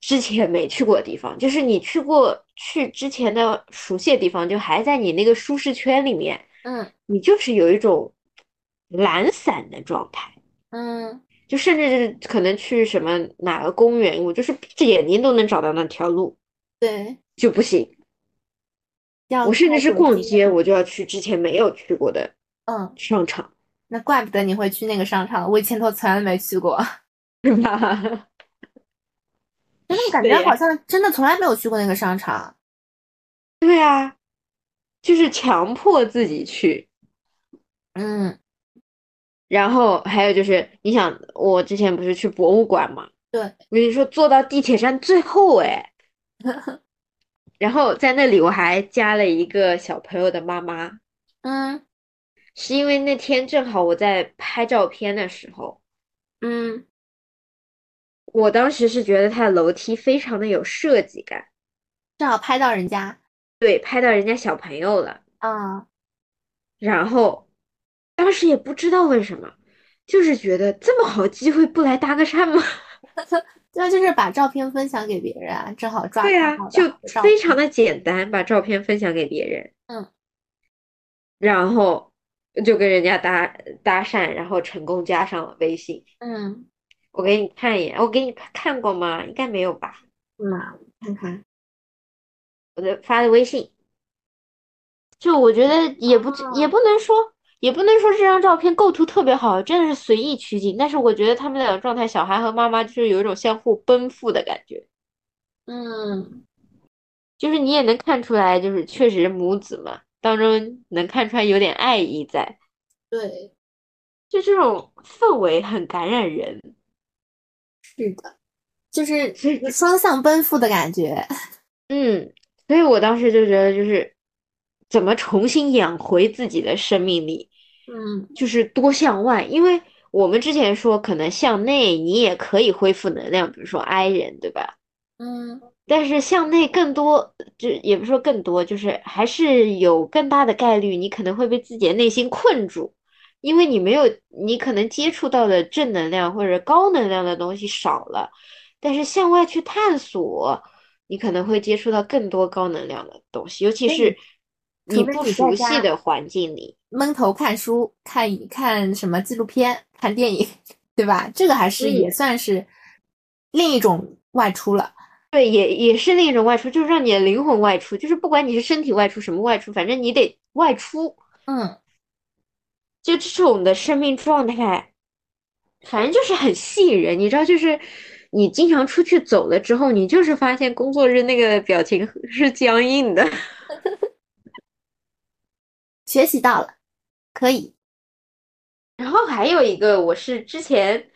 之前没去过的地方，就是你去过去之前的熟悉的地方，就还在你那个舒适圈里面，
嗯
你就是有一种懒散的状态，
嗯。
就甚至是可能去什么哪个公园，我就是闭着眼睛都能找到那条路
对，
就不行。
要
我甚至
探
是
索
逛
自己
街，我就要去之前没有去过的
嗯，
商场，
那怪不得你会去那个商场了，我以前都从来没去过，
是吧？
真的感
对
觉
呀
好像真的从来没有去过那个商场。
对啊，就是强迫自己去。
嗯，
然后还有就是，你想，我之前不是去博物馆嘛？
对，
我跟你说，坐到地铁站最后哎，然后在那里我还加了一个小朋友的妈妈，
嗯
是因为那天正好我在拍照片的时候，
嗯
我当时是觉得它的楼梯非常的有设计感，
正好拍到人家
对，拍到人家小朋友了。
啊，
然后当时也不知道为什么，就是觉得这么好机会不来搭个讪吗？
那就是把照片分享给别人啊，正好抓
对
拍
呀，
到
就
的好照
非
片
常的简单，把照片分享给别人，
嗯，
然后就跟人家搭搭讪，然后成功加上了微信。
嗯，
我给你看一眼，我给你看看过吗？应该没有吧？
嘛，嗯看看，
我的发的微信，就我觉得也不
哦
也不能说。也不能说这张照片构图特别好，真的是随意取景。但是我觉得他们俩的状态，小孩和妈妈就是有一种相互奔赴的感觉，
嗯
就是你也能看出来，就是确实母子嘛，当中能看出来有点爱意在。
对，
就这种氛围很感染人，
是的，就是
所以
双向奔赴的感觉。
嗯，所以我当时就觉得，就是怎么重新养回自己的生命力，
嗯
就是多向外，因为我们之前说，可能向内你也可以恢复能量，比如说 I 人，对吧？
嗯
但是向内更多，就也不是说更多，就是还是有更大的概率，你可能会被自己的内心困住，因为你没有，你可能接触到的正能量或者高能量的东西少了，但是向外去探索，你可能会接触到更多高能量的东西，尤其
所以
是你
除非
不
你在
熟
家
悉的环境里，
闷头看书、看一看什么纪录片、看电影， 对吧？这个还是
嗯
也算是另一种外出了。
对，也也是那种外出，就是让你的灵魂外出，就是不管你是身体外出什么外出，反正你得外出，
嗯，
就这种的生命状态，反正就是很吸引人，你知道，就是你经常出去走了之后，你就是发现工作日那个表情是僵硬的。
学习到了，可以。
然后还有一个，我是之前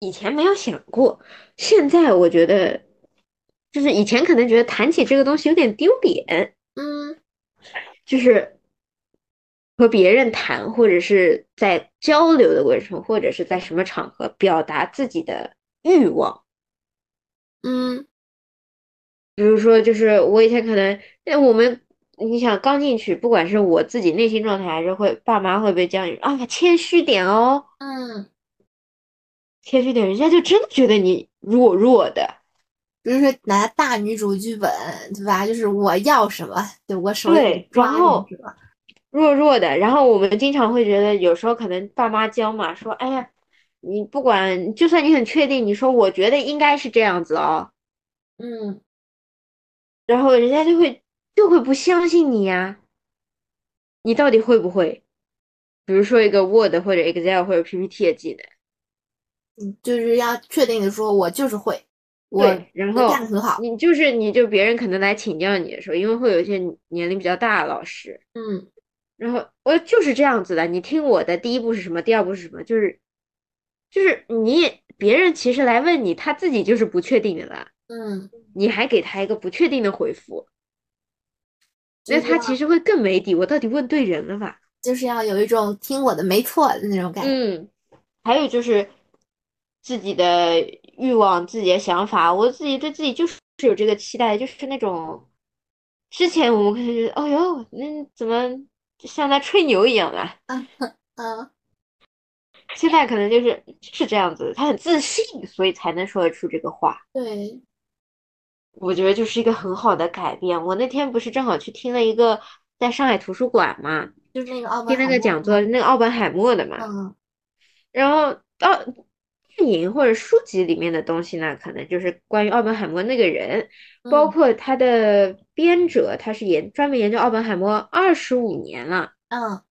以前没有想过，现在我觉得，就是以前可能觉得谈起这个东西有点丢脸，
嗯
就是和别人谈，或者是在交流的过程中，或者是在什么场合表达自己的欲望。
嗯
比如说，就是我以前可能，那我们，你想刚进去，不管是我自己内心状态，还是会爸妈会不会教你啊，谦虚点哦，
嗯，
谦虚点，人家就真的觉得你弱弱的。
比如说拿大女主剧本，对吧？就是我要什么，对我手里
对然
抓
后
着什么。
弱弱的，然后我们经常会觉得，有时候可能爸妈教嘛，说，哎呀，你不管，就算你很确定，你说我觉得应该是这样子哦，
嗯，
然后人家就会就会不相信你呀，你到底会不会？比如说一个 Word 或者 Excel 或者 PPT 的技能，
就是要确定的说，我就是会，我
对，然后
干得很好。
你就是你就别人可能来请教你的时候，因为会有一些年龄比较大的老师，
嗯
然后我就是这样子的，你听我的，第一步是什么，第二步是什么，就是就是你也别人其实来问你，他自己就是不确定的啦，
嗯，
你还给他一个不确定的回复，那
就是
他其实会更没底，我到底问对人了吧？
就是要有一种听我的没错的那种感觉。
嗯，还有就是自己的欲望、自己的想法，我自己对自己就是有这个期待，就是那种之前我们可能觉得，哦哟，那怎么就像在吹牛一样啊？
嗯
现在可能就是是这样子，他很自信，所以才能说得出这个话。
对，
我觉得就是一个很好的改变。我那天不是正好去听了一个在上海图书馆嘛，
就是那个奥本
听那
海
个
默
讲座，那个奥本海默的嘛。
嗯
然后到电影或者书籍里面的东西呢，可能就是关于奥本海默那个人，包
嗯
括他的编者，他是研专门研究奥本海默二十五年了。
嗯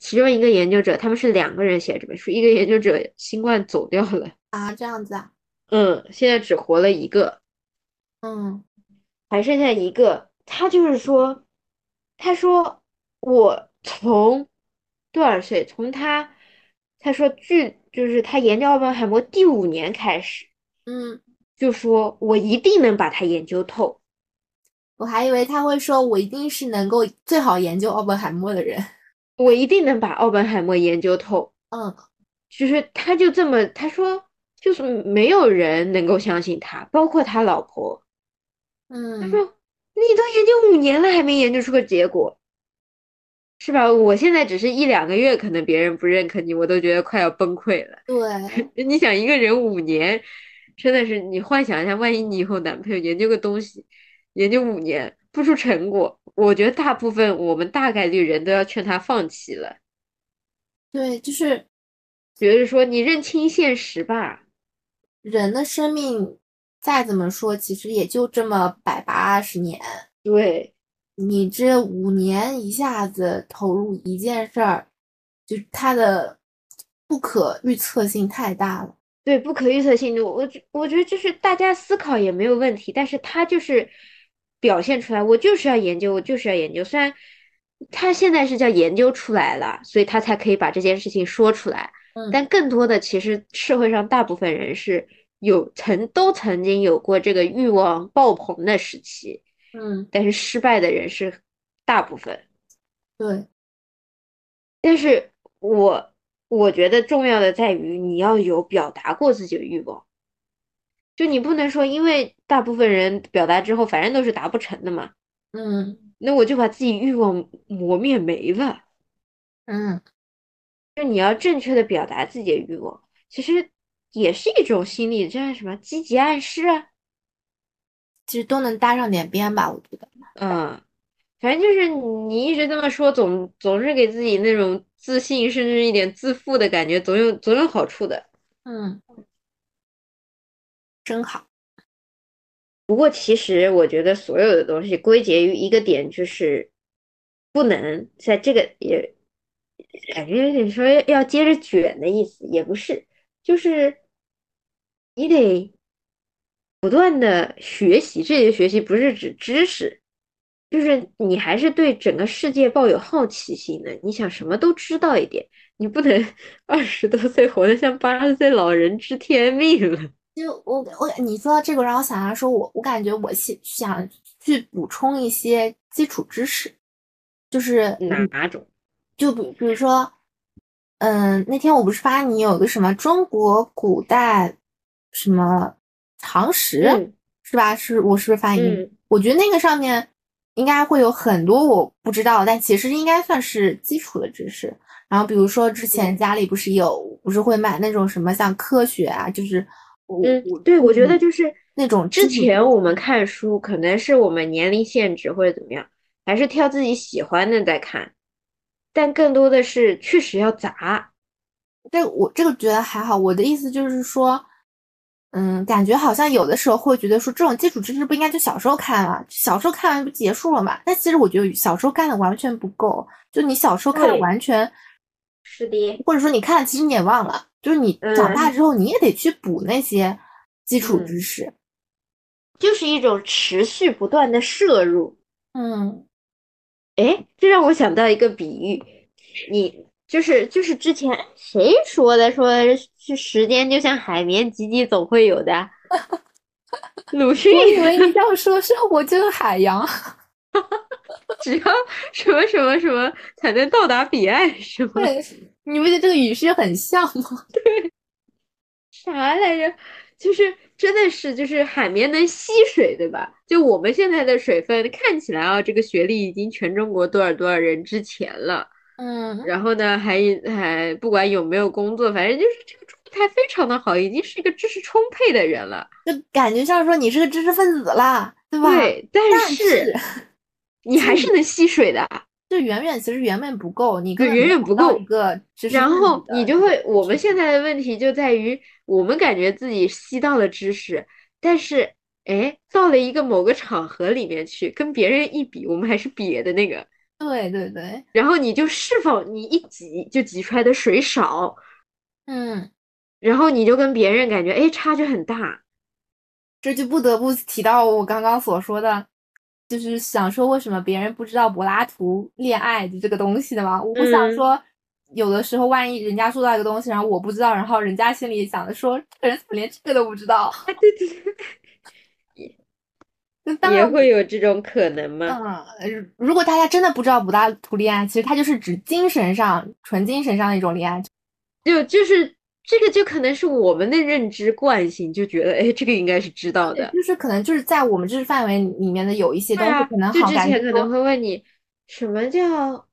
其中一个研究者，他们是两个人写这本书，一个研究者新冠走掉了，
啊，这样子啊，
嗯，现在只活了一个。
嗯
还剩下一个，他就是说，他说我从多少岁？从他，他说据就是他研究奥本海默第五年开始，
嗯，
就说我一定能把它研究透。
我还以为他会说我一定是能够最好研究奥本海默的人，
我一定能把奥本海默研究透。
嗯
其实他就这么，他说就是没有人能够相信他，包括他老婆。他
嗯
说：“你都研究五年了，还没研究出个结果，是吧？我现在只是一两个月，可能别人不认可你，我都觉得快要崩溃了。
对，
你想，一个人五年，真的是你幻想一下，万一你以后男朋友研究个东西，研究五年不出成果，我觉得大部分我们大概率人都要劝他放弃了，
对，就是
觉得说你认清现实吧。”
人的生命再怎么说，其实也就这么百八十年，
对，
你这五年一下子投入一件事儿，就它的不可预测性太大了，
对，不可预测性，我我觉我觉得就是大家思考也没有问题，但是他就是表现出来，我就是要研究，我就是要研究。虽然他现在是叫研究出来了，所以他才可以把这件事情说出来，
嗯
但更多的其实社会上大部分人是有曾都曾经有过这个欲望爆棚的时期，
嗯，
但是失败的人是大部分。
对，
但是我我觉得重要的在于你要有表达过自己的欲望，就你不能说因为大部分人表达之后反正都是达不成的嘛，
嗯
那我就把自己欲望磨灭没了。
嗯，
就你要正确的表达自己的欲望，其实也是一种心理，这样什么积极暗示啊，
其实都能搭上点边吧，我觉得。
嗯，反反正就是你一直这么说，总总是给自己那种自信，甚至一点自负的感觉，总有总有好处的。
嗯，真好。
不过其实我觉得所有的东西归结于一个点，就是不能在这个也感觉有点说要接着卷的意思，也不是，就是你得不断的学习，这里的学习不是指知识。就是你还是对整个世界抱有好奇心的，你想什么都知道一点，你不能 二十多岁活得像八十岁老人知天命了。
就我我你说到这个，让我想到说我，我我感觉我想想去补充一些基础知识，就是
哪种？
就比比如说，嗯，那天我不是发你有个什么中国古代什么常识、
嗯
是吧？是我是不是发音？
嗯
我觉得那个上面应该会有很多我不知道，但其实应该算是基础的知识。然后比如说
嗯
之前家里不是有，不是会买那种什么像科学啊，就是我
嗯
我，
对，我觉得就是
那种
之
基础
前我们看书，可能是我们年龄限制或者怎么样，还是挑自己喜欢的在看，但更多的是确实要杂。
这我这个觉得还好，我的意思就是说，嗯，感觉好像有的时候会觉得说这种基础知识不应该就小时候看啊，小时候看完不结束了嘛？但其实我觉得小时候看的完全不够，就你小时候看的
对
完全，
是的，
或者说你看了其实你也忘了，就是你长大之后你也得去补那些基础
嗯
知识。
就是一种持续不断的摄入。
嗯
诶，这让我想到一个比喻，你就是就是之前谁说的？说是时间就像海绵挤挤，总会有 的。鲁迅
我以为你要说生活就是海洋，
只要什么什么什么才能到达彼岸，什么
对，你不觉得这个语序很像吗？
啥来着？就是真的是就是海绵能吸水，对吧？就我们现在的水分看起来啊，这个学历已经全中国多少多少人之前了。
嗯
然后呢，还还不管有没有工作，反正就是这个状态非常的好，已经是一个知识充沛的人了。
就感觉像说你是个知识分子啦，对吧？
对，但
但
是你还是能吸水的，啊
就远远其实远远不够，你
对
根本
远
没
远
达
不
到
够
一个知识
然
分
后
子的
你就会，我们现在的问题就在于，我们感觉自己吸到了知识，但是哎，到了一个某个场合里面去，跟别人一比，我们还是瘪的那个。
对对对，
然后你就是否你一挤就挤出来的水少，
嗯，
然后你就跟别人感觉哎差距很大。
这就不得不提到我刚刚所说的，就是想说为什么别人不知道柏拉图恋爱的这个东西的嘛？我不想
嗯
说，有的时候万一人家说到一个东西，然后我不知道，然后人家心里想的说，这个人怎么连这个都不知道？
啊，对对对。
那当
也
然。
会有这种可能吗？
嗯，如果大家真的不知道柏拉图恋爱，其实他就是指精神上、纯精神上的一种恋爱，
就就是这个，就可能是我们的认知惯性，就觉得哎，这个应该是知道的。
就是可能就是在我们知识范围里面的有一些
对
东西
啊，
可能
就
好
之
感
前
觉
可
说
能会问你，什么叫？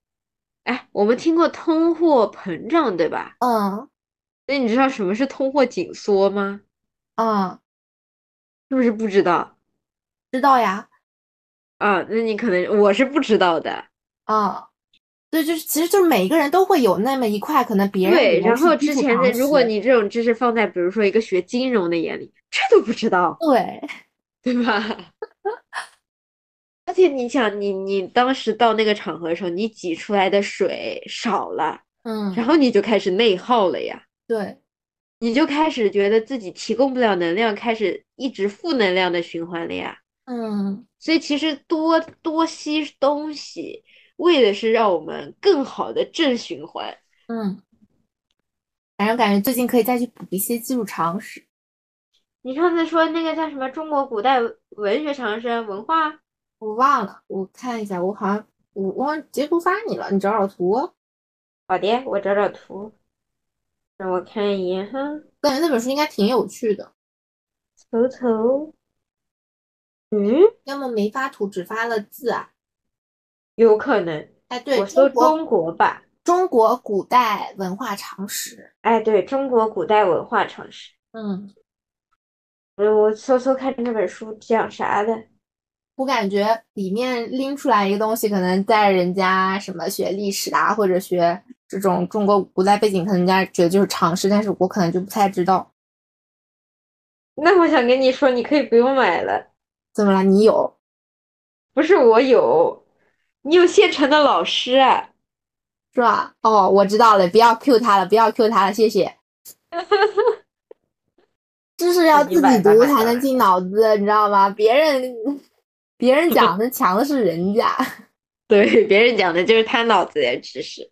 哎，我们听过通货膨胀，对吧？
嗯
那你知道什么是通货紧缩吗？
嗯，
是不是不知道
知道呀，
啊？那你可能我是不知道的。
嗯，对，就是其实就是每一个人都会有那么一块，可能别人
对，
以为
然
是
后
基
之
础
前
常
的，如果
识
你这种知识放在比如说一个学金融的眼里，这都不知道。
对，
对吧？ 而且你想，你你当时到那个场合的时候，你挤出来的水少了，然
嗯，
后你就开始内耗了呀，
对，
你就开始觉得自己提供不了能量，开始一直负能量的循环了呀。
嗯，
所以其实多多吸东西，为的是让我们更好的正循环。
嗯，反正感觉最近可以再去补一些基础常识，
你上次说那个叫什么中国古代文学常识、文化，
我忘了，我看一下，我好像我忘截图发你了，你找找图，
好的，我找找图，让我看一眼哈，
感觉那本书应该挺有趣的，
瞅瞅，嗯。
要么没发图，只发了字啊，
有可能，
哎，对，
我搜
中国
中国吧。
中国古代文化常识，
哎，对，中国古代文化常识。
嗯。
我我搜搜看这本书讲啥的。
我感觉里面拎出来一个东西，可能在人家什么学历史啊，或者学这种中国古代背景，可能人家觉得就是常识，但是我可能就不太知道。
那我想跟你说，你可以不用买了。
怎么了？你有？
不是我有，你有现成的老师啊。
是吧？哦，我知道了，不要 Q 他了，不要 Q 他了，谢谢。知识要自己读才能进脑子，你知道吗？别人 别人讲的强的是人家，
对，别人讲的就是他脑子里的知识。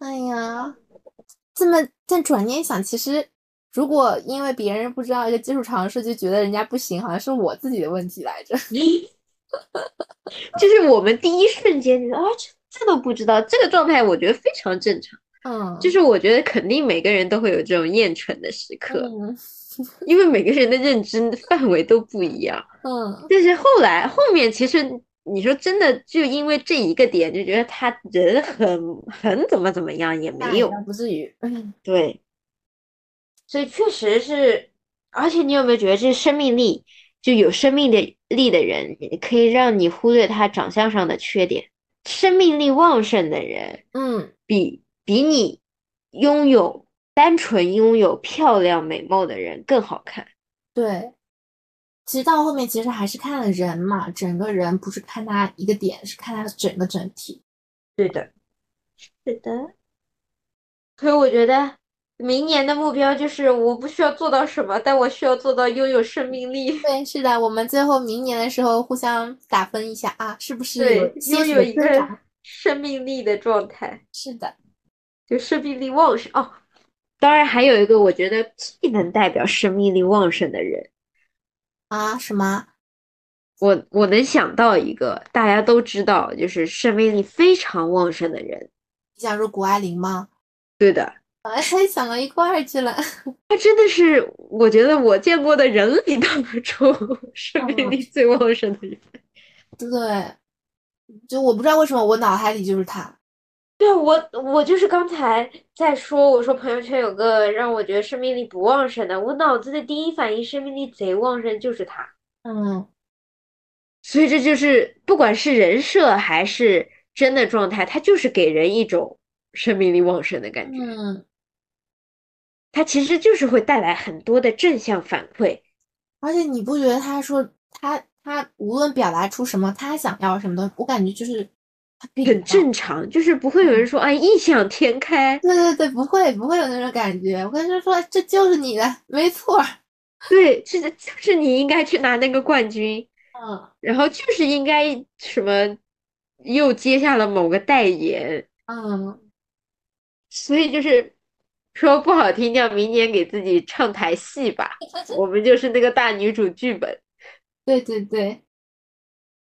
哎呀，这么但转念想，其实如果因为别人不知道一个基础常识就觉得人家不行，好像是我自己的问题来着。
就是我们第一瞬间觉得啊这。这都不知道，这个状态我觉得非常正常。
嗯，
就是我觉得肯定每个人都会有这种厌蠢的时刻，
嗯
因为每个人的认知范围都不一样。
嗯
但是后来后面其实你说真的，就因为这一个点就觉得他人很很怎么怎么样也
那
没有
应该不至于。嗯
对，所以确实是，而且你有没有觉得这生命力就有生命的力的人，可以让你忽略他长相上的缺点，生命力旺盛的人。
嗯，
比比你拥有单纯拥有漂亮美貌的人更好看。
对。其实到后面其实还是看了人嘛，整个人不是看他一个点，是看他整个整体。
对的，是的。所以我觉得明年的目标就是，我不需要做到什么，但我需要做到拥有生命力，
对，是的，我们最后明年的时候互相打分一下啊，是不是
对
有些
拥
许
有
的
一
增
个
长？
生命力的状态，
是的，
就生命力旺盛哦。当然，还有一个我觉得既能代表生命力旺盛的人，
啊，什么？
我我能想到一个大家都知道，就是生命力非常旺盛的人。
你想说谷爱凌吗？
对的，
哎，想到一块儿去了。
他真的是，我觉得我见过的人里当中生命力最旺盛的人。
对，就我不知道为什么我脑海里就是她。
对，我我就是刚才在说，我说朋友圈有个让我觉得生命力不旺盛的，我脑子的第一反应生命力贼旺盛就是他。
嗯，
所以这就是不管是人设还是真的状态，他就是给人一种生命力旺盛的感觉。
嗯，
他其实就是会带来很多的正向反馈。
而且你不觉得她说她她无论表达出什么，她想要什么东西，我感觉就是她可以
很
给到。
正常，就是不会有人说啊异想天开，
对对对，不会不会有那种感觉。我跟她说，这就是你的，没错儿。
对，这个就是你应该去拿那个冠军，
嗯
然后就是应该什么，又接下了某个代言，
嗯，
所以就是说不好听叫明年给自己唱台戏吧，我们就是那个大女主剧本，
对对对。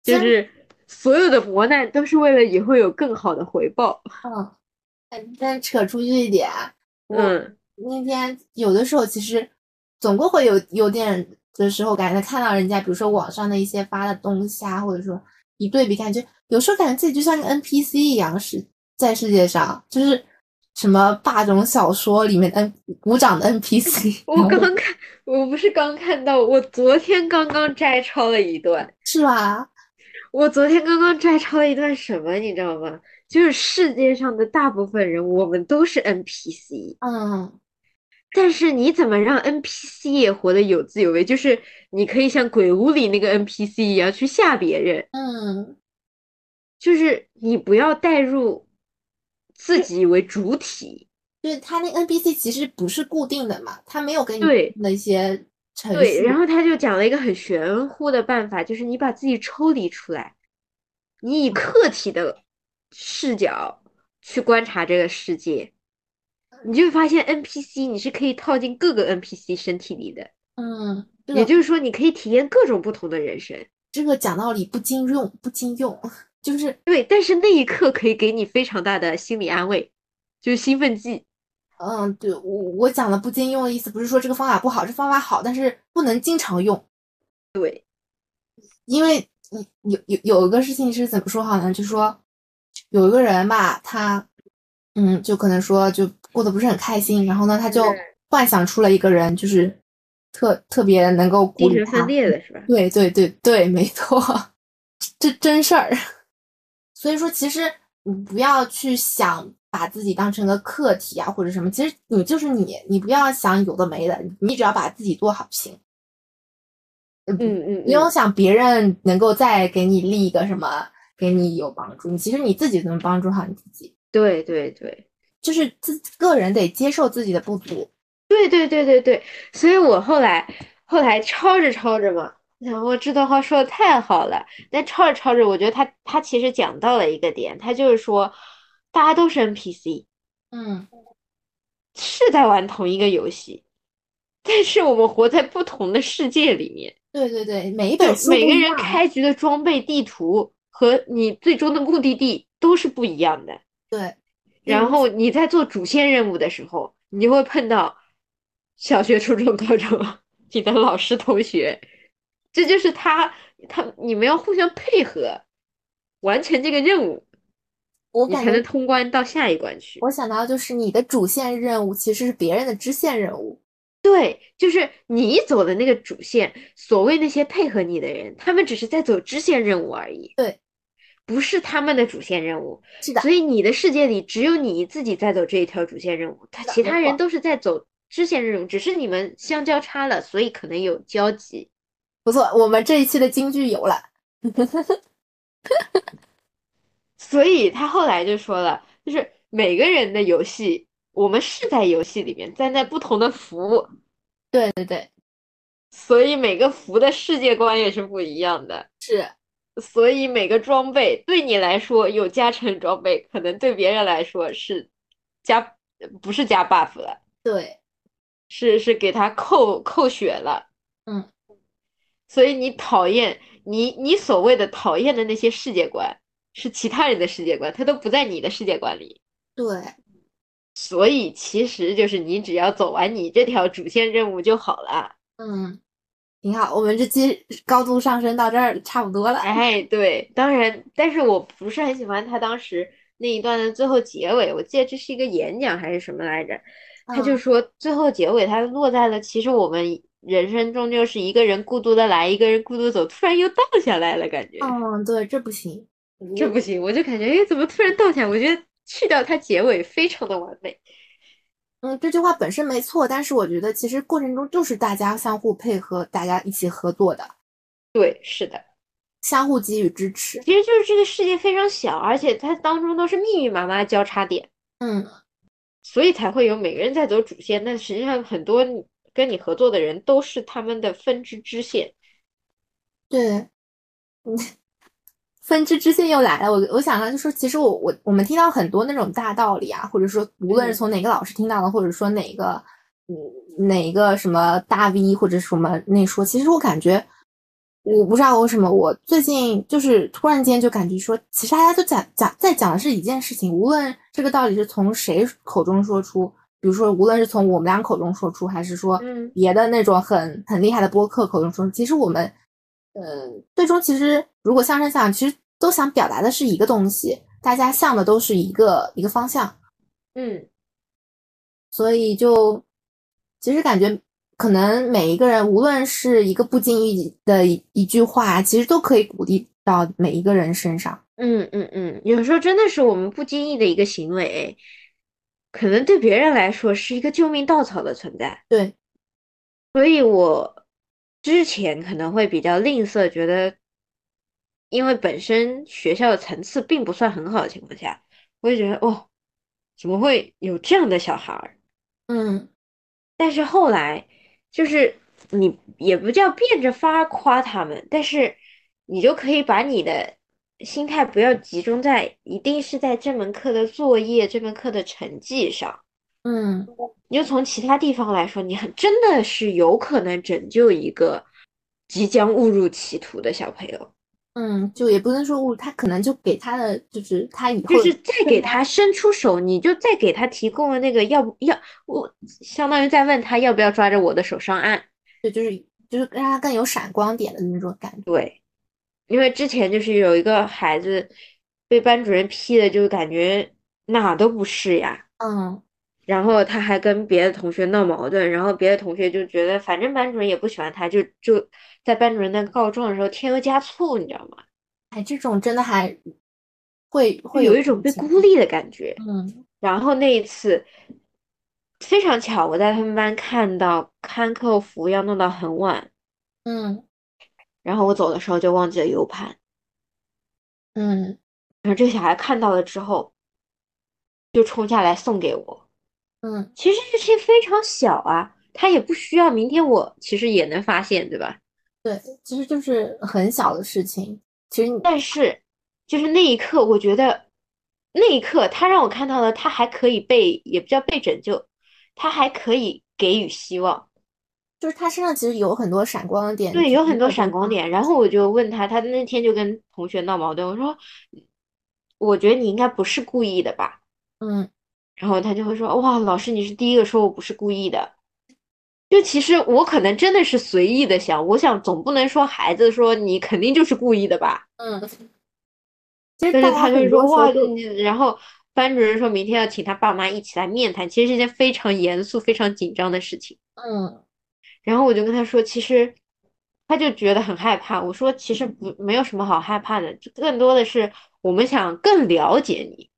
就
真
是所有的磨难都是为了以后有更好的回报。
嗯，但但扯出去一点啊，我
嗯，
那天有的时候其实总归会有有点的时候，感觉看到人家，比如说网上的一些发的东西啊，或者说一对比，感觉有时候感觉自己就像个 NPC 一样，是在世界上，就是什么霸总小说里面的 N 鼓掌的 NPC，
我
然后
刚看，我不是刚看到，我昨天刚刚摘抄了一段。
是吧？
我昨天刚刚摘抄了一段什么，你知道吗？就是世界上的大部分人，我们都是 NPC，
嗯，
但是你怎么让 NPC 也活得有滋有味？就是你可以像鬼屋里那个 NPC 一样去吓别人，
嗯，
就是你不要带入自己为主体。
就是他那 NPC 其实不是固定的嘛，他没有给你
对
那些程
对，
序
然后他就讲了一个很玄乎的办法，就是你把自己抽离出来，你以客体的视角去观察这个世界，你就会发现 NPC 你是可以套进各个 NPC 身体里的，
嗯，这
也
个
就是说你可以体验各种不同的人生。
这个讲道理不经用，不经用， 就是
对，但是那一刻可以给你非常大的心理安慰，就是兴奋剂。
嗯，对，我我讲的不经用的意思不是说这个方法不好，这方法好，但是不能经常用，
对，
因为嗯有有有一个事情是怎么说好呢？就说有一个人吧，他嗯，就可能说就过得不是很开心，然后呢，他就
嗯
幻想出了一个人，就是特特别能够啊鼓
精神
舞
分
他。
裂的是吧？
对对对对，没错，这真事儿。所以说，其实你不要去想把自己当成个课题啊，或者什么。其实你就是你，你不要想有的没的，你只要把自己做好就行。
嗯嗯，
不用想别人能够再给你立一个什么，给你有帮助。你其实你自己能帮助好你自己，
对对对
就是自个人得接受自己的不足。
对对对对对，所以我后来后来抄着抄着嘛，然后这段话说的太好了，但抄着抄着，我觉得他他其实讲到了一个点，他就是说大家都是 NPC，
嗯，
是在玩同一个游戏，但是我们活在不同的世界里面。
对对对，每一
对
本书
每
不
个
一
人
样
开局的装备、地图和你最终的目的地都是不一样的。
对，
然后你在做主线任务的时候，你就会碰到小学、初中、高中你的老师、同学，这就是他他你们要互相配合，完成这个任务，
我
你
感
才
觉
能通关到下一关去。
我想到就是你的主线任务其实是别人的支线任务，
对，就是你走的那个主线，所谓那些配合你的人，他们只是在走支线任务而已。
对，
不是他们的主线任务。
是的
所以你的世界里只有你自己在走这一条主线任务，他
是的
其
没
他人
错
都是在走支线任务，只是你们相交叉了，所以可能有交集。
不错，我们这一期的金句有了，
所以他后来就说了，就是每个人的游戏，我们是在游戏里面，站在不同的服，
对对对，
所以每个服的世界观也是不一样的。
是
所以每个装备对你来说有加成装备，可能对别人来说是加，不是加 buff 了，
对，
是是给他扣扣血了。
嗯，
所以你讨厌你你所谓的讨厌的那些世界观，是其他人的世界观，它都不在你的世界观里。
对，
所以其实就是你只要走完你这条主线任务就好了。
嗯，挺好，我们这期高度上升到这儿差不 多了，
哎，对，当然，但是我不是很喜欢他当时那一段的最后结尾。我记得这是一个演讲还是什么来着？他就
嗯
说最后结尾他落在了，其实我们人生终究是一个人孤独的来，一个人孤独地走，突然又倒下来了，感觉
嗯，对，这不行，
这不行，我就感觉哎，怎么突然倒下？我觉得去掉它结尾非常的完美。
嗯，这句话本身没错，但是我觉得其实过程中就是大家相互配合，大家一起合作的，
对，是的，
相互给予支持，
其实就是这个世界非常小，而且它当中都是密密麻麻的交叉点。
嗯，
所以才会有每个人在走主线，但实际上很多你跟你合作的人都是他们的分支支线。
对，嗯，分支支线又来了。我我想到就说，其实我我我们听到很多那种大道理啊，或者说无论是
嗯
从哪个老师听到的，或者说哪个嗯哪个什么大 V 或者什么那说，其实我感觉我不知道为什么，我最近就是突然间就感觉说，其实大家都讲讲在讲的是一件事情，无论这个道理是从谁口中说出，比如说无论是从我们俩口中说出，还是说
嗯
别的那种很很厉害的播客口中说，其实我们，嗯，最终其实如果向上想，其实都想表达的是一个东西，大家向的都是一个一个方向，
嗯，
所以就其实感觉可能每一个人，无论是一个不经意的一一句话，其实都可以鼓励到每一个人身上。
嗯嗯嗯，有时候真的是我们不经意的一个行为，可能对别人来说是一个救命稻草的存在。
对，
所以我之前可能会比较吝啬，觉得因为本身学校的层次并不算很好的情况下，我就觉得哦，怎么会有这样的小孩儿？
嗯，
但是后来，就是你也不叫变着法儿夸他们，但是你就可以把你的心态不要集中在一定是在这门课的作业、这门课的成绩上，
嗯，
你就从其他地方来说，你很真的是有可能拯救一个即将误入歧途的小朋友，
嗯，就也不能说误，他可能就给他的就是他以后
就是再给他伸出手，你就再给他提供了那个要不要我，相当于在问他要不要抓着我的手上岸。
对，就是就是让他更有闪光点的那种感觉。
对，因为之前就是有一个孩子被班主任批的，就感觉哪都不是呀。
嗯，
然后他还跟别的同学闹矛盾，然后别的同学就觉得反正班主任也不喜欢他，就就在班主任那告状的时候添油加醋，你知道吗？
哎，这种真的还会
会
会
有一种被孤立的感觉。
嗯，
然后那一次非常巧，我在他们班看到看客服要弄到很晚，
嗯
然后我走的时候就忘记了 U 盘，
嗯
然后这个小孩看到了之后就冲下来送给我。
嗯，
其实这些非常小啊，他也不需要明天我其实也能发现，对吧？
对，其实就是很小的事情。其实你
但是就是那一刻，我觉得那一刻他让我看到了，他还可以被，也不叫被拯救，他还可以给予希望。
就是他身上其实有很多闪光点，
对，
你
有
觉
很
得
多
他
闪光点。然后我就问他，他那天就跟同学闹矛盾，我说，我觉得你应该不是故意的吧？
嗯，
然后他就会说，哇，老师你是第一个说我不是故意的。就其实我可能真的是随意的想，我想总不能说孩子说你肯定就是故意的吧？
嗯，其实
但
大
是
家
他就
很
说
多时候
哇，
就
你然后班主任说明天要请他爸妈一起来面谈，其实是一件非常严肃、非常紧张的事情。
嗯
然后我就跟他说，其实他就觉得很害怕。我说其实不没有什么好害怕的，就更多的是我们想更了解你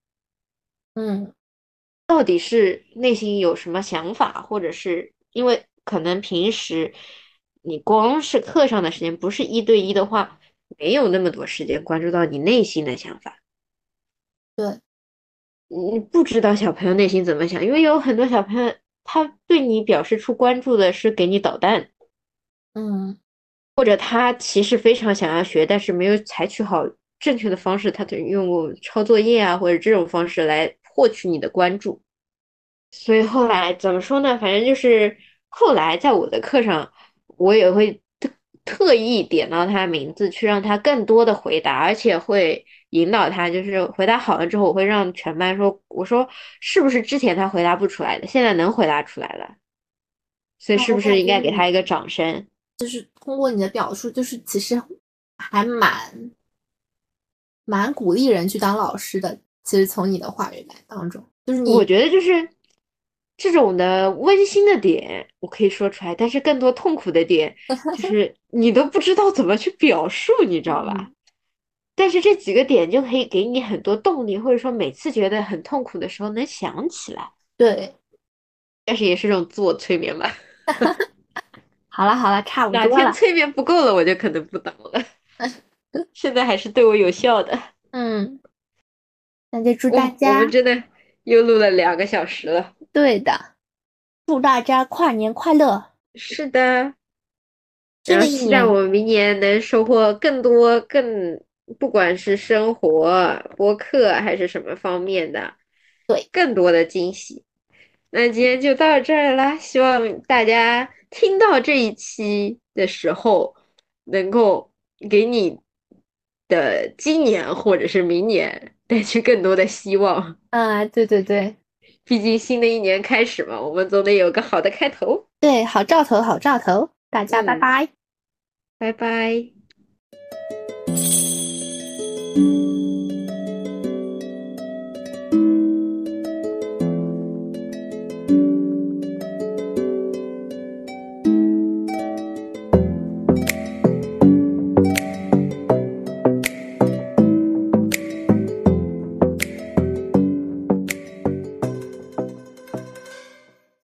嗯
到底是内心有什么想法，或者是因为可能平时你光是课上的时间，不是一对一的话，没有那么多时间关注到你内心的想法。
对，
你不知道小朋友内心怎么想，因为有很多小朋友他对你表示出关注的是给你捣蛋，
嗯
或者他其实非常想要学，但是没有采取好正确的方式，他就用我抄作业啊或者这种方式来获取你的关注。所以后来怎么说呢？反正就是后来在我的课上，我也会特特意点到他名字，去让他更多的回答，而且会引导他，就是回答好了之后，我会让全班说，我说是不是之前他回答不出来的，现在能回答出来了，所以是不是应该给他一个掌声？
通过你的表述，就是其实还蛮蛮鼓励人去当老师的。其实从你的话语来当中，就是你
我觉得就是这种的温馨的点，我可以说出来，但是更多痛苦的 点，就是你都不知道怎么去表述，你知道吧？
嗯
但是这几个点就可以给你很多动力，或者说每次觉得很痛苦的时候能想起来，
对，
但是也是一种自我催眠吧。
好了好了，差不
哪
多
天
了，
催眠不够了，我就可能不当了。 现在还是对我有效的。
嗯，那就祝
我
大
我
家
们真的又录了两个小时了。
对的，祝大家跨年快乐。
是的。
新
然
的
后
一
期待
年，
我们明年能收获更多、更不管是生活、播客还是什么方面的，
对，
更多的惊喜。那今天就到这儿啦，希望大家听到这一期的时候，能够给你的今年或者是明年带去更多的希望。
啊，对对对
毕竟新的一年开始嘛，我们总得有个好的开头。
对，好兆头，好兆头，大家拜
嗯
拜。
拜拜。